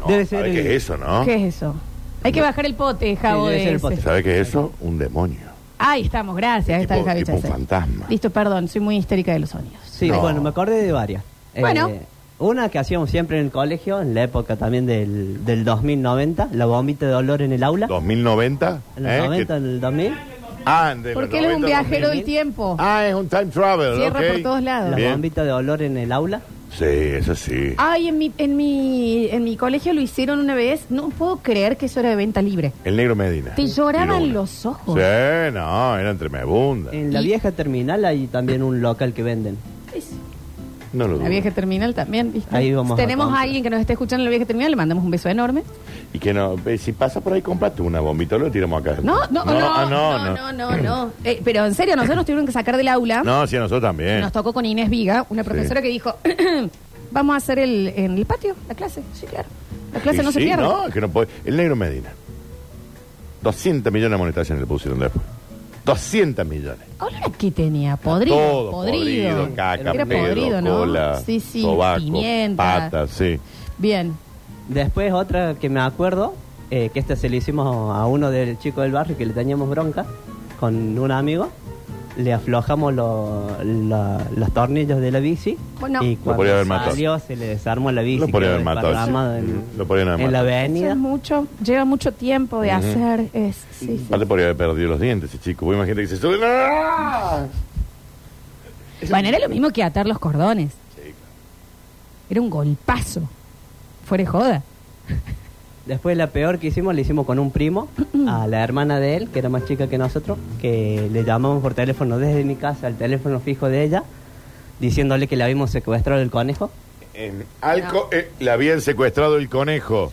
[SPEAKER 2] No,
[SPEAKER 15] Debe ser
[SPEAKER 2] ¿Sabés
[SPEAKER 15] el-
[SPEAKER 2] qué es eso, no?
[SPEAKER 1] ¿Qué es eso? Hay que bajar el pote, Javo. de ese.
[SPEAKER 2] ¿Sabés qué es eso? Un demonio.
[SPEAKER 1] Ahí estamos, gracias. Está el Javi
[SPEAKER 2] Tipo un
[SPEAKER 1] Chacel.
[SPEAKER 2] fantasma.
[SPEAKER 1] Listo, perdón, soy muy histérica de los sonidos.
[SPEAKER 15] sí,
[SPEAKER 1] No.
[SPEAKER 15] bueno, me acordé de varias. Eh,
[SPEAKER 1] Bueno.
[SPEAKER 15] una que hacíamos siempre en el colegio, en la época también del, del 2090, la bombita de dolor en el aula.
[SPEAKER 2] ¿2090?
[SPEAKER 15] En los
[SPEAKER 2] ¿Eh?
[SPEAKER 15] 90, en el 2000.
[SPEAKER 2] Ah, de
[SPEAKER 1] Porque él es un viajero del tiempo.
[SPEAKER 2] Ah, es un time travel.
[SPEAKER 1] Cierra
[SPEAKER 2] ok.
[SPEAKER 1] por todos lados. Ah.
[SPEAKER 15] La
[SPEAKER 2] Bien.
[SPEAKER 15] bombita de olor en el aula.
[SPEAKER 2] Sí, eso sí.
[SPEAKER 1] Ay, en mi, en mi, en mi colegio lo hicieron una vez. No puedo creer que eso era de venta libre.
[SPEAKER 2] El negro Medina.
[SPEAKER 1] Te lloraban
[SPEAKER 2] Tiró una.
[SPEAKER 1] los ojos.
[SPEAKER 2] Sí, no, eran tremebundas.
[SPEAKER 15] En la vieja terminal hay también un local que venden.
[SPEAKER 2] No lo
[SPEAKER 1] La
[SPEAKER 2] dudo.
[SPEAKER 1] vieja terminal también, ¿viste?
[SPEAKER 15] Ahí vamos
[SPEAKER 1] Si
[SPEAKER 15] a
[SPEAKER 1] tenemos a,
[SPEAKER 15] comprar.
[SPEAKER 1] alguien que nos esté escuchando en la vieja terminal, le mandamos un beso enorme.
[SPEAKER 2] Y que no, ve, si pasa por ahí, comprate una bombita, lo tiramos acá.
[SPEAKER 1] No, no, no,
[SPEAKER 2] ah,
[SPEAKER 1] no, no, no, no. Eh, pero en serio, nosotros nos tuvieron que sacar del aula.
[SPEAKER 2] No, sí, a nosotros también.
[SPEAKER 1] Nos tocó con Inés Viga, una profesora
[SPEAKER 2] Sí.
[SPEAKER 1] que dijo, vamos a hacer el, en el patio, la clase. Sí, claro. La clase
[SPEAKER 2] Y
[SPEAKER 1] no se
[SPEAKER 2] sí,
[SPEAKER 1] pierde.
[SPEAKER 2] No, es que no puede. El negro Medina. 200 millones de monetizaciones le pusieron después. 200 millones.
[SPEAKER 1] Ahora, ¿qué tenía? Podrido.
[SPEAKER 2] Todo
[SPEAKER 1] podrido.
[SPEAKER 2] podrido, caca,
[SPEAKER 1] Era
[SPEAKER 2] pedo,
[SPEAKER 1] podrido, ¿no?
[SPEAKER 2] cola,
[SPEAKER 1] sí, sí,
[SPEAKER 15] sobaco,
[SPEAKER 1] pimienta.
[SPEAKER 15] pata.
[SPEAKER 2] Sí.
[SPEAKER 1] Bien.
[SPEAKER 15] Después otra que me acuerdo, eh, que esta se le hicimos a uno del chico del barrio que le teníamos bronca con un amigo. Le aflojamos lo- la- los tornillos de la bici
[SPEAKER 1] Bueno.
[SPEAKER 15] y
[SPEAKER 1] Lo
[SPEAKER 15] cuando
[SPEAKER 2] podría haber matado.
[SPEAKER 15] salió se le desarmó la bici.
[SPEAKER 2] Lo podría
[SPEAKER 15] quedó
[SPEAKER 2] haber matado.
[SPEAKER 15] desparramado en,
[SPEAKER 2] Lo podrían haber
[SPEAKER 15] en la
[SPEAKER 2] matado.
[SPEAKER 1] Eso
[SPEAKER 15] avenida.
[SPEAKER 1] es mucho, lleva mucho tiempo de
[SPEAKER 2] Ujú.
[SPEAKER 1] hacer. Es, sí, sí.
[SPEAKER 2] Aparte podría haber perdido los dientes, ese chico. Vos Imagínate que se sube.
[SPEAKER 1] Bueno, era lo mismo que atar los cordones. Era un golpazo. Fuera de joda.
[SPEAKER 15] Después la peor que hicimos la hicimos con un primo, a la hermana de él, que era más chica que nosotros, que le llamamos por teléfono desde mi casa al teléfono fijo de ella, diciéndole que le habíamos secuestrado el conejo.
[SPEAKER 2] En Alco eh, le habían secuestrado el conejo.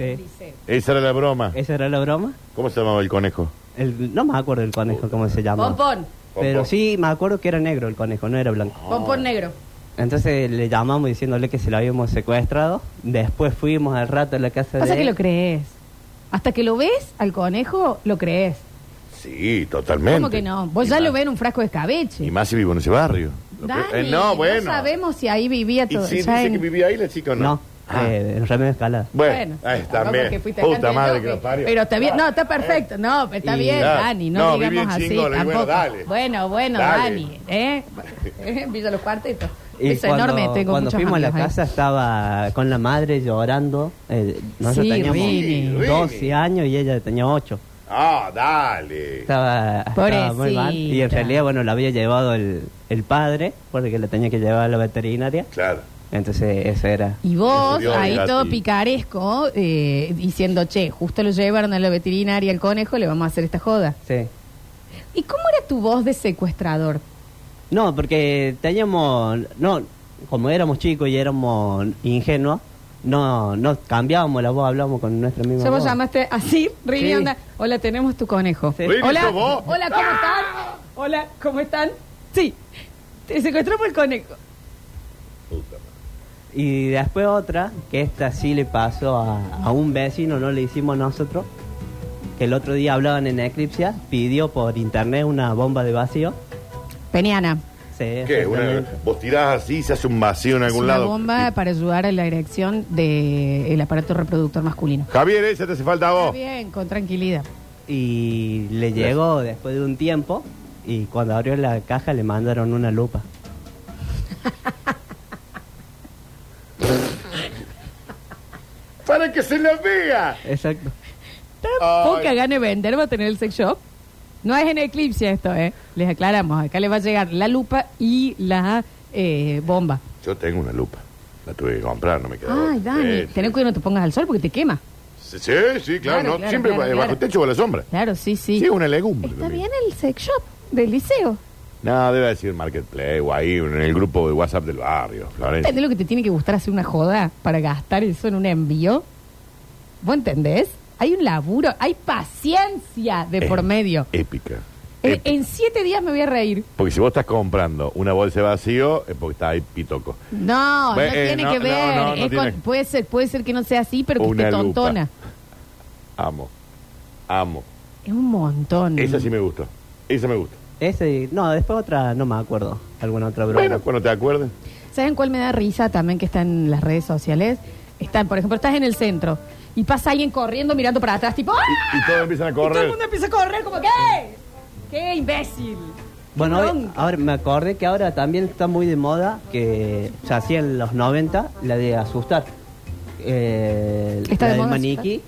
[SPEAKER 2] Esa era la broma.
[SPEAKER 15] Esa era la broma.
[SPEAKER 2] ¿Cómo se llamaba el conejo?
[SPEAKER 15] El- no me acuerdo el conejo cómo se llama.
[SPEAKER 1] Pompón.
[SPEAKER 15] Pero sí me acuerdo que era negro el conejo, no era blanco.
[SPEAKER 1] Pompón negro.
[SPEAKER 15] Entonces le llamamos diciéndole que se lo habíamos secuestrado. Después fuimos al rato a la casa
[SPEAKER 1] Pasa
[SPEAKER 15] de
[SPEAKER 1] que
[SPEAKER 15] él.
[SPEAKER 1] lo crees. Hasta que lo ves al conejo, lo crees.
[SPEAKER 2] Sí, totalmente.
[SPEAKER 1] ¿Cómo que no? Vos ya lo ves en un frasco de escabeche.
[SPEAKER 2] Y más si vivo en ese barrio. Lo que-
[SPEAKER 1] Dani,
[SPEAKER 2] eh, no, bueno.
[SPEAKER 1] sabemos si ahí vivía
[SPEAKER 2] ¿Y
[SPEAKER 1] todo.
[SPEAKER 2] si
[SPEAKER 1] ya
[SPEAKER 2] dice
[SPEAKER 1] en-
[SPEAKER 2] que vivía ahí la chica o no?
[SPEAKER 15] No, eh, en Remedio Escalada.
[SPEAKER 2] Ah. Bueno, ahí
[SPEAKER 1] tampoco
[SPEAKER 2] está bien.
[SPEAKER 1] que fuiste
[SPEAKER 2] Puta
[SPEAKER 1] tan
[SPEAKER 2] madre
[SPEAKER 1] loco.
[SPEAKER 2] que lo parió.
[SPEAKER 1] Pero está bien, no, está perfecto. No, pero está
[SPEAKER 2] Y-
[SPEAKER 1] bien,
[SPEAKER 2] Claro.
[SPEAKER 1] Dani.
[SPEAKER 2] No,
[SPEAKER 1] No,
[SPEAKER 2] viví
[SPEAKER 1] digamos
[SPEAKER 2] en
[SPEAKER 1] así.
[SPEAKER 2] Chingola, y bueno,
[SPEAKER 1] tampoco.
[SPEAKER 2] dale.
[SPEAKER 1] bueno, bueno,
[SPEAKER 15] Dale.
[SPEAKER 1] Dani. ¿eh? En Villa Los Cuartetos.
[SPEAKER 15] Y
[SPEAKER 1] Eso enorme, tengo
[SPEAKER 15] cuando
[SPEAKER 1] muchos
[SPEAKER 15] fuimos a la
[SPEAKER 1] amigos ahí.
[SPEAKER 15] casa estaba con la madre llorando. eh, nosotros
[SPEAKER 1] Sí,
[SPEAKER 15] teníamos
[SPEAKER 1] Rini.
[SPEAKER 2] Rini.
[SPEAKER 15] 12 años y ella tenía 8.
[SPEAKER 2] Ah, dale.
[SPEAKER 15] Estaba, estaba muy mal. Y en
[SPEAKER 2] Pobrecita.
[SPEAKER 15] realidad, bueno, la había llevado el, el padre, porque la tenía que llevar a la veterinaria.
[SPEAKER 2] Claro.
[SPEAKER 15] Entonces, eso era.
[SPEAKER 1] Y vos,
[SPEAKER 15] Dios,
[SPEAKER 1] ahí
[SPEAKER 15] Gatti.
[SPEAKER 1] todo picaresco, eh, diciendo, che, justo lo llevaron a la veterinaria el conejo, le vamos a hacer esta joda.
[SPEAKER 15] Sí.
[SPEAKER 1] ¿Y cómo era tu voz de secuestrador?
[SPEAKER 15] No, porque teníamos, no, como éramos chicos y éramos ingenuos, no, no cambiábamos la voz, hablábamos con nuestra misma
[SPEAKER 1] Ya
[SPEAKER 15] voz.
[SPEAKER 1] vos llamaste así, Rini,
[SPEAKER 15] Sí.
[SPEAKER 1] onda. Hola, tenemos tu conejo.
[SPEAKER 15] Rini,
[SPEAKER 1] Hola,
[SPEAKER 15] sos vos.
[SPEAKER 1] hola,
[SPEAKER 2] Ah.
[SPEAKER 1] ¿cómo están? Hola, ¿cómo están? Sí, te secuestró por el conejo.
[SPEAKER 15] Y después otra, que esta sí le pasó a, a un vecino, no le hicimos nosotros, que el otro día hablaban en Eclipsia, pidió por internet una bomba de vacío.
[SPEAKER 1] Peniana.
[SPEAKER 15] Sí,
[SPEAKER 2] ¿Qué? Una- vos tirás así, se hace un vacío en
[SPEAKER 1] Es
[SPEAKER 2] algún
[SPEAKER 1] una
[SPEAKER 2] lado.
[SPEAKER 1] bomba para ayudar a la erección del aparato reproductor masculino.
[SPEAKER 2] Javier, esa te hace falta a
[SPEAKER 1] Está
[SPEAKER 2] Ah, vos.
[SPEAKER 1] bien, con tranquilidad.
[SPEAKER 15] Y le llegó después de un tiempo y cuando abrió la caja le mandaron una lupa.
[SPEAKER 2] ¡Para que se lo vea!
[SPEAKER 15] Exacto.
[SPEAKER 1] Poca gane vender va a tener el sex shop. No es en eclipse esto, ¿eh? Les aclaramos. Acá le va a llegar la lupa y la eh, bomba.
[SPEAKER 2] Yo tengo una lupa. La tuve que comprar, no me quedó.
[SPEAKER 1] Ay, Dani,
[SPEAKER 2] Sí,
[SPEAKER 1] tené cuidado no te pongas al sol porque te quema.
[SPEAKER 2] Sí, sí, sí, claro,
[SPEAKER 1] Claro,
[SPEAKER 2] no,
[SPEAKER 1] claro,
[SPEAKER 2] siempre
[SPEAKER 1] claro,
[SPEAKER 2] eh, bajo
[SPEAKER 1] claro.
[SPEAKER 2] techo o a la sombra.
[SPEAKER 1] Claro, sí, sí.
[SPEAKER 2] Sí, es una legumbre.
[SPEAKER 14] Está bien el sex shop del liceo.
[SPEAKER 2] No, debe decir Marketplace o ahí en el grupo de WhatsApp del barrio, Florencia.
[SPEAKER 1] ¿Entendés lo que te tiene que gustar hacer una joda para gastar eso en un envío? ¿Vos entendés? Hay un laburo, hay paciencia de por medio.
[SPEAKER 2] Épica.
[SPEAKER 1] En, en siete días me voy a reír.
[SPEAKER 2] Porque si vos estás comprando una bolsa de vacío, es porque está ahí pitoco.
[SPEAKER 1] No,
[SPEAKER 2] Ve-
[SPEAKER 1] no
[SPEAKER 2] eh,
[SPEAKER 1] tiene
[SPEAKER 2] no,
[SPEAKER 1] que
[SPEAKER 2] no,
[SPEAKER 1] ver.
[SPEAKER 2] no, no
[SPEAKER 1] Es
[SPEAKER 2] tiene-
[SPEAKER 1] con- puede, ser, puede ser que no sea así, pero que
[SPEAKER 2] Una
[SPEAKER 1] esté
[SPEAKER 2] lupa.
[SPEAKER 1] tontona.
[SPEAKER 2] Amo. Amo.
[SPEAKER 1] Es un montón.
[SPEAKER 2] Esa sí me gustó. Esa me gusta.
[SPEAKER 15] Ese, no, después otra, no me acuerdo, alguna otra broma.
[SPEAKER 2] Bueno, cuando te acuerdes.
[SPEAKER 1] ¿Saben cuál me da risa también que está en las redes sociales? Están, por ejemplo, estás en el centro y pasa alguien corriendo mirando para atrás, tipo ¡Ah!
[SPEAKER 2] Y todos empiezan a correr.
[SPEAKER 1] Todo el mundo empieza a correr como ¿qué? ¡Qué imbécil!
[SPEAKER 15] Bueno, hoy-
[SPEAKER 1] Bronca.
[SPEAKER 15] ahora me acordé que ahora también está muy de moda, que se hacía en los 90, la de asustar. Eh,
[SPEAKER 1] ¿Está
[SPEAKER 15] la
[SPEAKER 1] de
[SPEAKER 15] del
[SPEAKER 1] moda
[SPEAKER 15] maniquí,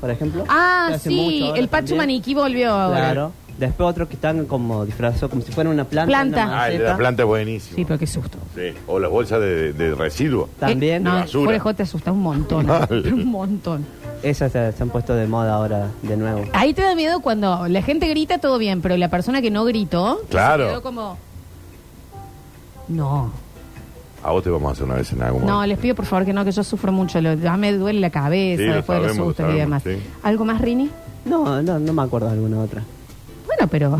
[SPEAKER 15] por ejemplo. Se
[SPEAKER 1] Ah,
[SPEAKER 15] hace mucho
[SPEAKER 1] sí,
[SPEAKER 15] ahora
[SPEAKER 1] el Pachu
[SPEAKER 15] también.
[SPEAKER 1] Maniquí volvió ahora.
[SPEAKER 15] Claro. Después otros que están como disfrazados, como si fuera una planta.
[SPEAKER 1] Planta.
[SPEAKER 15] una
[SPEAKER 2] Ah, el de la
[SPEAKER 15] maceta.
[SPEAKER 2] planta es buenísimo. Sí,
[SPEAKER 1] pero qué susto.
[SPEAKER 2] Sí. O las bolsas de, de residuos.
[SPEAKER 1] Eh, no,
[SPEAKER 2] De
[SPEAKER 1] el
[SPEAKER 2] basura.
[SPEAKER 1] Jorge te asusta un montón.
[SPEAKER 15] Mal.
[SPEAKER 1] pero un montón.
[SPEAKER 15] Esas se, se han puesto de moda ahora de nuevo.
[SPEAKER 1] Ahí te da miedo cuando la gente grita todo bien, pero la persona que no gritó
[SPEAKER 2] Claro.
[SPEAKER 1] se quedó como. No.
[SPEAKER 2] A vos te vamos a hacer una vez en algún
[SPEAKER 1] No,
[SPEAKER 2] momento.
[SPEAKER 1] les pido por favor que no, que yo sufro mucho. Lo, ya me duele la cabeza
[SPEAKER 2] Sí, lo
[SPEAKER 1] después de
[SPEAKER 2] sabemos,
[SPEAKER 1] los
[SPEAKER 2] lo
[SPEAKER 1] sustos y demás.
[SPEAKER 2] sabemos,
[SPEAKER 1] ¿Algo más, Rini?
[SPEAKER 15] No, no, no me acuerdo de alguna otra.
[SPEAKER 1] Bueno, pero.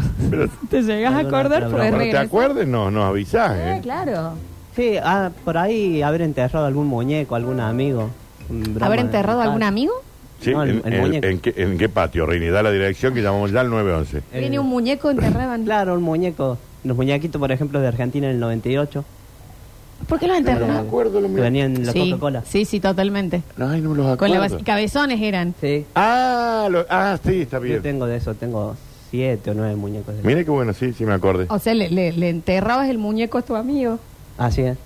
[SPEAKER 1] te llegas a acordar,
[SPEAKER 15] otra broma.
[SPEAKER 1] por
[SPEAKER 2] Cuando te
[SPEAKER 1] regresar.
[SPEAKER 2] acuerdes, nos, nos avisás, ¿eh?
[SPEAKER 1] Ah, claro.
[SPEAKER 15] Sí, ah, por ahí haber enterrado algún muñeco, algún amigo. un broma
[SPEAKER 1] ¿Haber
[SPEAKER 15] de-
[SPEAKER 1] enterrado a algún amigo?
[SPEAKER 2] Sí,
[SPEAKER 15] No, el-
[SPEAKER 2] en,
[SPEAKER 15] el
[SPEAKER 2] en-
[SPEAKER 15] muñeco.
[SPEAKER 2] en qué, en qué patio, Rini? Da la dirección que llamamos ya al 911.
[SPEAKER 1] Tiene un muñeco enterraban.
[SPEAKER 15] Claro, Eh, un muñeco. Los muñequitos, por ejemplo, de Argentina en el 98.
[SPEAKER 1] ¿Por qué los enterraban?
[SPEAKER 15] me acuerdo, lo Que venían en la
[SPEAKER 1] sí,
[SPEAKER 15] Coca-Cola.
[SPEAKER 1] Sí, sí, totalmente.
[SPEAKER 2] Ay, no me los acuerdo.
[SPEAKER 1] Con la bas- cabezones eran.
[SPEAKER 15] Sí.
[SPEAKER 2] Ah, lo- ah, sí, está
[SPEAKER 15] Yo
[SPEAKER 2] bien.
[SPEAKER 15] tengo de eso, tengo siete o nueve muñecos. De
[SPEAKER 2] Mire qué bueno, sí, sí me acordé.
[SPEAKER 1] O sea, le, le- le enterrabas el muñeco a tu amigo.
[SPEAKER 15] Así es.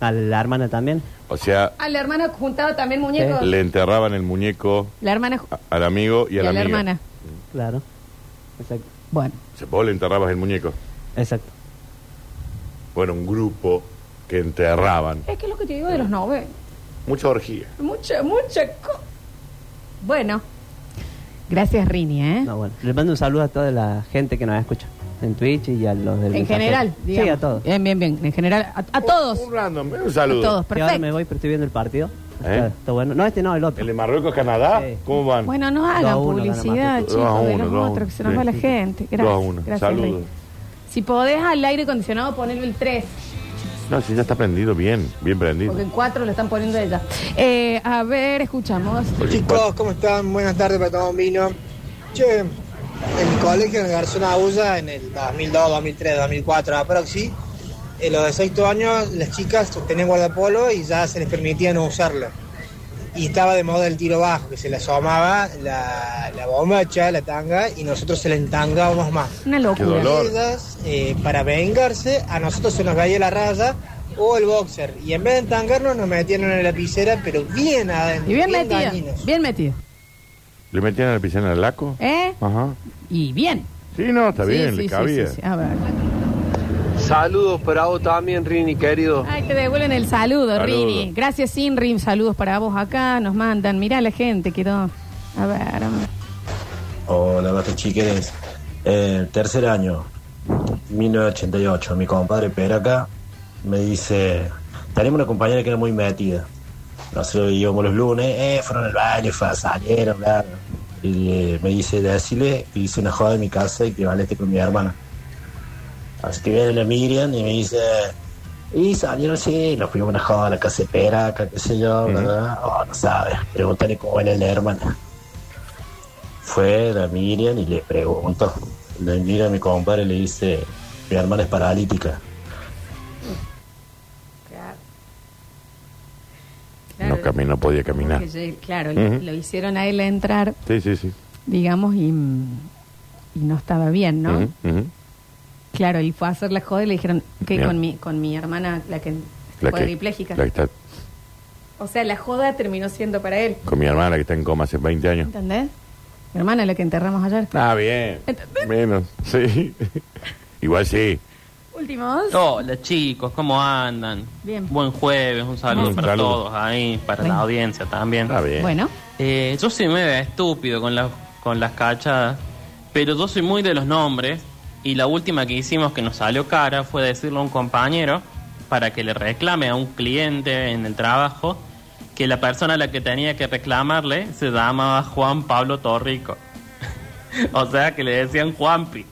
[SPEAKER 15] A la hermana también.
[SPEAKER 2] O sea,
[SPEAKER 1] A Ah, la hermana juntaba también muñecos.
[SPEAKER 2] le enterraban el muñeco
[SPEAKER 1] La hermana ju-
[SPEAKER 2] a- al amigo y
[SPEAKER 1] y
[SPEAKER 2] a la,
[SPEAKER 1] a la
[SPEAKER 2] amiga.
[SPEAKER 1] hermana.
[SPEAKER 15] Claro. Exacto.
[SPEAKER 1] Bueno.
[SPEAKER 2] O sea, vos le enterrabas el muñeco.
[SPEAKER 15] Exacto.
[SPEAKER 2] Bueno, un grupo que enterraban.
[SPEAKER 1] Es que es lo que te digo de los noves.
[SPEAKER 2] Mucha orgía.
[SPEAKER 1] Mucha, mucha. co- Bueno. Gracias, Rini, ¿eh?
[SPEAKER 15] No, bueno. Les mando un saludo a toda la gente que nos escucha en Twitch y a los del
[SPEAKER 1] En
[SPEAKER 15] mensajero.
[SPEAKER 1] general, digamos.
[SPEAKER 15] Sí, a todos.
[SPEAKER 1] Bien, bien, bien. En general, a, a todos.
[SPEAKER 2] Un random, un
[SPEAKER 1] A todos,
[SPEAKER 2] saludo.
[SPEAKER 15] Y ahora
[SPEAKER 1] perfecto.
[SPEAKER 15] me voy, pero estoy viendo el partido.
[SPEAKER 2] ¿Eh?
[SPEAKER 15] Está, está bueno. No, este no, el otro.
[SPEAKER 2] ¿El de Marruecos, Canadá? ¿Cómo van?
[SPEAKER 1] Bueno, no
[SPEAKER 15] Dos a
[SPEAKER 1] hagan
[SPEAKER 15] uno, gana
[SPEAKER 1] publicidad,
[SPEAKER 15] Marruecos.
[SPEAKER 1] chicos,
[SPEAKER 2] Dos a
[SPEAKER 1] de
[SPEAKER 2] uno,
[SPEAKER 1] los
[SPEAKER 2] dos a
[SPEAKER 1] otros,
[SPEAKER 2] uno.
[SPEAKER 1] que se nos
[SPEAKER 2] Sí.
[SPEAKER 1] va la gente. Gracias.
[SPEAKER 2] Dos a uno.
[SPEAKER 1] gracias,
[SPEAKER 2] Saludos.
[SPEAKER 1] Rey. Si podés al aire acondicionado ponerle el 3,
[SPEAKER 2] No, sí, ya está prendido bien, bien prendido.
[SPEAKER 1] porque en 4 lo están poniendo ella. Eh, a ver, escuchamos.
[SPEAKER 16] Chicos, ¿cómo están? Buenas tardes para todos, vino. Che, en mi colegio, en el Garzón Abusa, en el 2002, 2003, 2004, aproxi, en los 18 años las chicas tenían guardapolo y ya se les permitía no usarlo. Y estaba de moda el tiro bajo, que se le asomaba la, la bombacha, la tanga, y nosotros se la entangábamos más.
[SPEAKER 1] Una locura.
[SPEAKER 2] Qué dolor.
[SPEAKER 16] Ellas, eh, para vengarse, a nosotros se nos caía la raya o el boxer. Y en vez de entangarnos, nos metían en la lapicera, pero bien adentro.
[SPEAKER 1] Y bien
[SPEAKER 16] dañino.
[SPEAKER 1] metido, bien metido.
[SPEAKER 2] ¿Le metían en la piscina al laco?
[SPEAKER 1] ¿Eh?
[SPEAKER 2] Ajá.
[SPEAKER 1] Y bien.
[SPEAKER 2] Sí, no, está
[SPEAKER 1] Sí,
[SPEAKER 2] bien,
[SPEAKER 1] sí,
[SPEAKER 2] le
[SPEAKER 1] sí,
[SPEAKER 2] cabía.
[SPEAKER 1] sí, sí. A ver.
[SPEAKER 17] Saludos para vos también, Rini, querido.
[SPEAKER 1] Ay, te devuelven el saludo,
[SPEAKER 17] Saludo.
[SPEAKER 1] Rini. Gracias, Inrim. Saludos para vos acá. Nos mandan. Mirá la gente, quedó. A ver, a ver.
[SPEAKER 18] Hola, basta chiqueres. Eh, tercer año, 1988, mi compadre Peraca me dice, tenemos una compañera que era muy metida. Nosotros íbamos los lunes, eh, fueron al baño, fue, salieron, bla, bla. Y eh, me dice, decirle que hice una joda en mi casa y que valete con mi hermana. Así que viene la Miriam y me dice, y salieron sí, nos fuimos a una joda a la casa de Peraca, qué sé yo, bla, bla. Oh, no sabes, pregúntale cómo era la hermana. Fue la Miriam y le preguntó. Le mira a mi compadre y le dice, mi hermana es paralítica.
[SPEAKER 1] Claro.
[SPEAKER 2] No caminó, podía caminar.
[SPEAKER 1] Que llegue- claro,
[SPEAKER 2] Ujú.
[SPEAKER 1] lo hicieron a él entrar,
[SPEAKER 2] Sí, sí, sí.
[SPEAKER 1] digamos, y, mm, y no estaba bien, ¿no?
[SPEAKER 2] Ujú, ujú.
[SPEAKER 1] Claro, él fue a hacer la joda y le dijeron que
[SPEAKER 2] Bien.
[SPEAKER 1] con mi, con mi hermana, la que
[SPEAKER 2] La que-
[SPEAKER 1] cuadripléjica.
[SPEAKER 2] la que está
[SPEAKER 1] O sea, la joda terminó siendo para él,
[SPEAKER 2] con mi hermana, la que está en coma hace 20 años.
[SPEAKER 1] ¿entendés? Mi hermana, la que enterramos ayer.
[SPEAKER 2] Ah, bien. Menos, sí. Igual sí.
[SPEAKER 1] Últimos.
[SPEAKER 19] Hola chicos, ¿cómo andan?
[SPEAKER 1] Bien.
[SPEAKER 19] Buen jueves, un saludo
[SPEAKER 1] Un
[SPEAKER 19] para
[SPEAKER 1] saludo.
[SPEAKER 19] todos ahí, para
[SPEAKER 1] Bueno.
[SPEAKER 19] la audiencia también.
[SPEAKER 1] Bueno,
[SPEAKER 19] Eh, yo soy medio estúpido con, las con las cachadas, pero yo soy muy de los nombres y la última que hicimos que nos salió cara fue decirle a un compañero para que le reclame a un cliente en el trabajo que la persona a la que tenía que reclamarle se llamaba Juan Pablo Torrico. o sea que le decían Juanpi.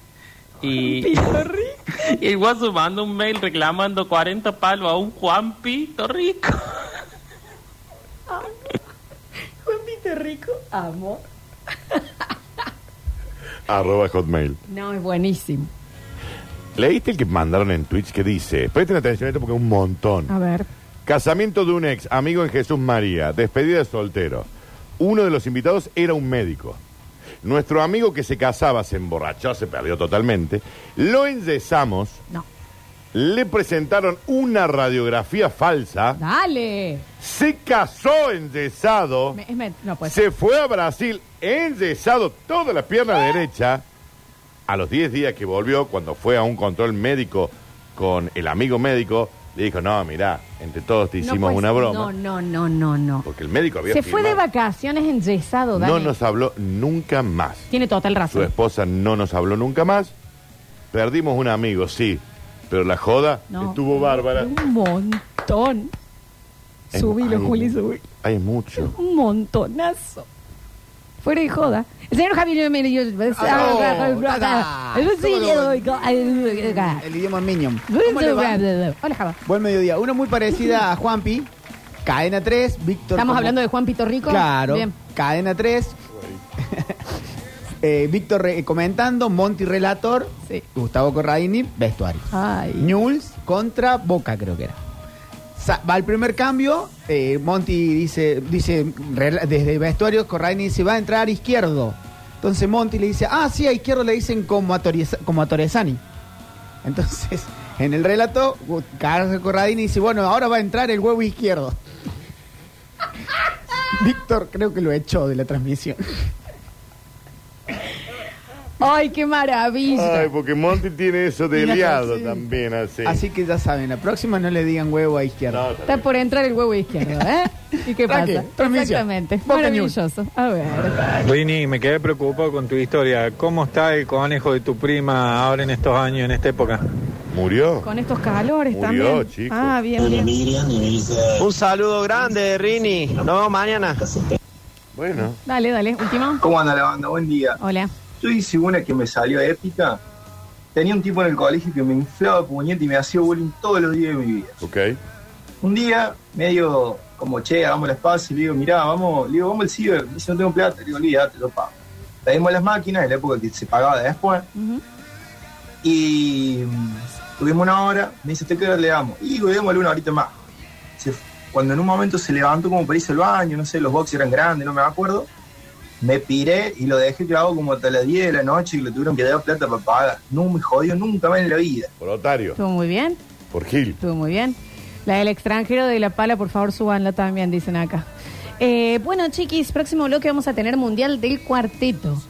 [SPEAKER 19] Y, y el guaso manda un mail reclamando 40 palos a un Juanpi Torrico.
[SPEAKER 1] Juan Pito Rico, amo.
[SPEAKER 2] Arroba hotmail.
[SPEAKER 1] No, es buenísimo.
[SPEAKER 2] ¿Leíste el que mandaron en Twitch que dice? Presten atención a esto porque es un montón.
[SPEAKER 1] A ver.
[SPEAKER 2] Casamiento de un ex, amigo en Jesús María, despedida de soltero. Uno de los invitados era un médico. Nuestro amigo que se casaba se emborrachó, se perdió totalmente. Lo enyesamos.
[SPEAKER 1] No.
[SPEAKER 2] Le presentaron una radiografía falsa.
[SPEAKER 1] Dale.
[SPEAKER 2] Se casó enyesado.
[SPEAKER 1] Me- es me- no, pues.
[SPEAKER 2] Se fue a Brasil enyesado toda la pierna derecha. A los 10 días que volvió, cuando fue a un control médico con el amigo médico, le dijo, no, mirá, entre todos te
[SPEAKER 1] No,
[SPEAKER 2] hicimos
[SPEAKER 1] pues,
[SPEAKER 2] una broma.
[SPEAKER 1] No, no, no, no, no.
[SPEAKER 2] Porque el médico había
[SPEAKER 1] Se fue de
[SPEAKER 2] firmado.
[SPEAKER 1] vacaciones en Yesado, Dani.
[SPEAKER 2] No nos habló nunca más.
[SPEAKER 1] Tiene total
[SPEAKER 2] Su
[SPEAKER 1] razón.
[SPEAKER 2] esposa no nos habló nunca más. Perdimos un amigo, sí. Pero la joda
[SPEAKER 1] No.
[SPEAKER 2] estuvo bárbara.
[SPEAKER 1] Un montón.
[SPEAKER 2] Es-
[SPEAKER 1] Subilo,
[SPEAKER 2] ay,
[SPEAKER 1] Juli, subilo.
[SPEAKER 2] Hay mucho.
[SPEAKER 1] Un montonazo. Fuera de joda. El señor Javier Ah, me dio.
[SPEAKER 10] Ah,
[SPEAKER 1] ah.
[SPEAKER 10] El idioma Minion. ¿Cómo le va?
[SPEAKER 1] Hola, Java.
[SPEAKER 10] Buen mediodía. Una muy parecida a Juanpi. Cadena 3, Víctor.
[SPEAKER 1] Estamos
[SPEAKER 10] Como-
[SPEAKER 1] hablando de Juan Pito Rico.
[SPEAKER 10] Claro.
[SPEAKER 1] Bien.
[SPEAKER 10] Cadena 3. Eh, Víctor re- comentando, Monty relator, Gustavo Corradini, vestuario. Newell's contra Boca creo que era. Sa- va al primer cambio, eh, Monty dice, dice rela- desde vestuario, Corradini dice, va a entrar izquierdo. Entonces Monty le dice, ah, sí, a izquierdo le dicen como a, Torres- como a Torresani. Entonces, en el relato, Gu- Carlos Corradini dice, bueno, ahora va a entrar el huevo izquierdo. Víctor creo que lo echó de la transmisión.
[SPEAKER 1] Ay, qué maravilla.
[SPEAKER 2] Ay, porque Monty tiene eso de
[SPEAKER 10] Mira,
[SPEAKER 2] liado
[SPEAKER 10] sí.
[SPEAKER 2] también, ah, así.
[SPEAKER 10] Así que ya saben, la próxima no le digan huevo a izquierda.
[SPEAKER 1] Está por entrar el huevo izquierdo, ¿eh? ¿Y qué
[SPEAKER 10] Tranqui,
[SPEAKER 1] pasa?
[SPEAKER 10] transmisión.
[SPEAKER 1] Exactamente. Maravilloso. A ver.
[SPEAKER 20] Rini, me quedé preocupado con tu historia. ¿Cómo está el conejo de tu prima ahora en estos años, en esta época?
[SPEAKER 2] Murió.
[SPEAKER 1] Con estos calores
[SPEAKER 20] Murió,
[SPEAKER 1] también.
[SPEAKER 20] chico.
[SPEAKER 1] Ah, bien, bien.
[SPEAKER 8] Un saludo grande, Rini. Nos vemos mañana.
[SPEAKER 2] Bueno.
[SPEAKER 1] Dale, dale. Último.
[SPEAKER 21] ¿Cómo anda la banda? Buen día.
[SPEAKER 1] Hola.
[SPEAKER 21] Yo hice una que me salió épica. Tenía un tipo en el colegio que me inflaba puñete y me hacía bullying todos los días de mi vida.
[SPEAKER 2] Ok.
[SPEAKER 21] Un día, medio como che, hagamos el espacio, le digo, mirá, vamos, le digo, vamos al ciber. Me dice, no tengo plata, le digo, olvídate, yo pago. Pedimos las máquinas, en la época que se pagaba de después. Y mm, tuvimos una hora, me dice, ¿te qué hora le damos? Y digo, démosle una horita más. Se- cuando en un momento se levantó como para irse al baño, no sé, los boxes eran grandes, no me acuerdo, me piré y lo dejé clavado como hasta las 10 de la noche y le tuvieron que dar plata para pagar. No me jodió nunca más en la vida.
[SPEAKER 2] Por otario,
[SPEAKER 1] Estuvo muy bien.
[SPEAKER 2] por Gil.
[SPEAKER 1] Estuvo muy bien. La del extranjero de La Pala, por favor, súbanla también, dicen acá. Eh, bueno, chiquis, próximo bloque vamos a tener Mundial del Cuarteto.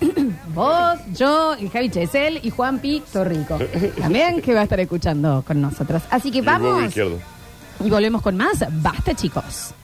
[SPEAKER 1] Vos, yo, el Javi Chesel y Juan Pi Torrico. También que va a estar escuchando con nosotros. Así que
[SPEAKER 2] Y el huevo
[SPEAKER 1] vamos
[SPEAKER 2] izquierdo.
[SPEAKER 1] y volvemos con más. Basta, chicos.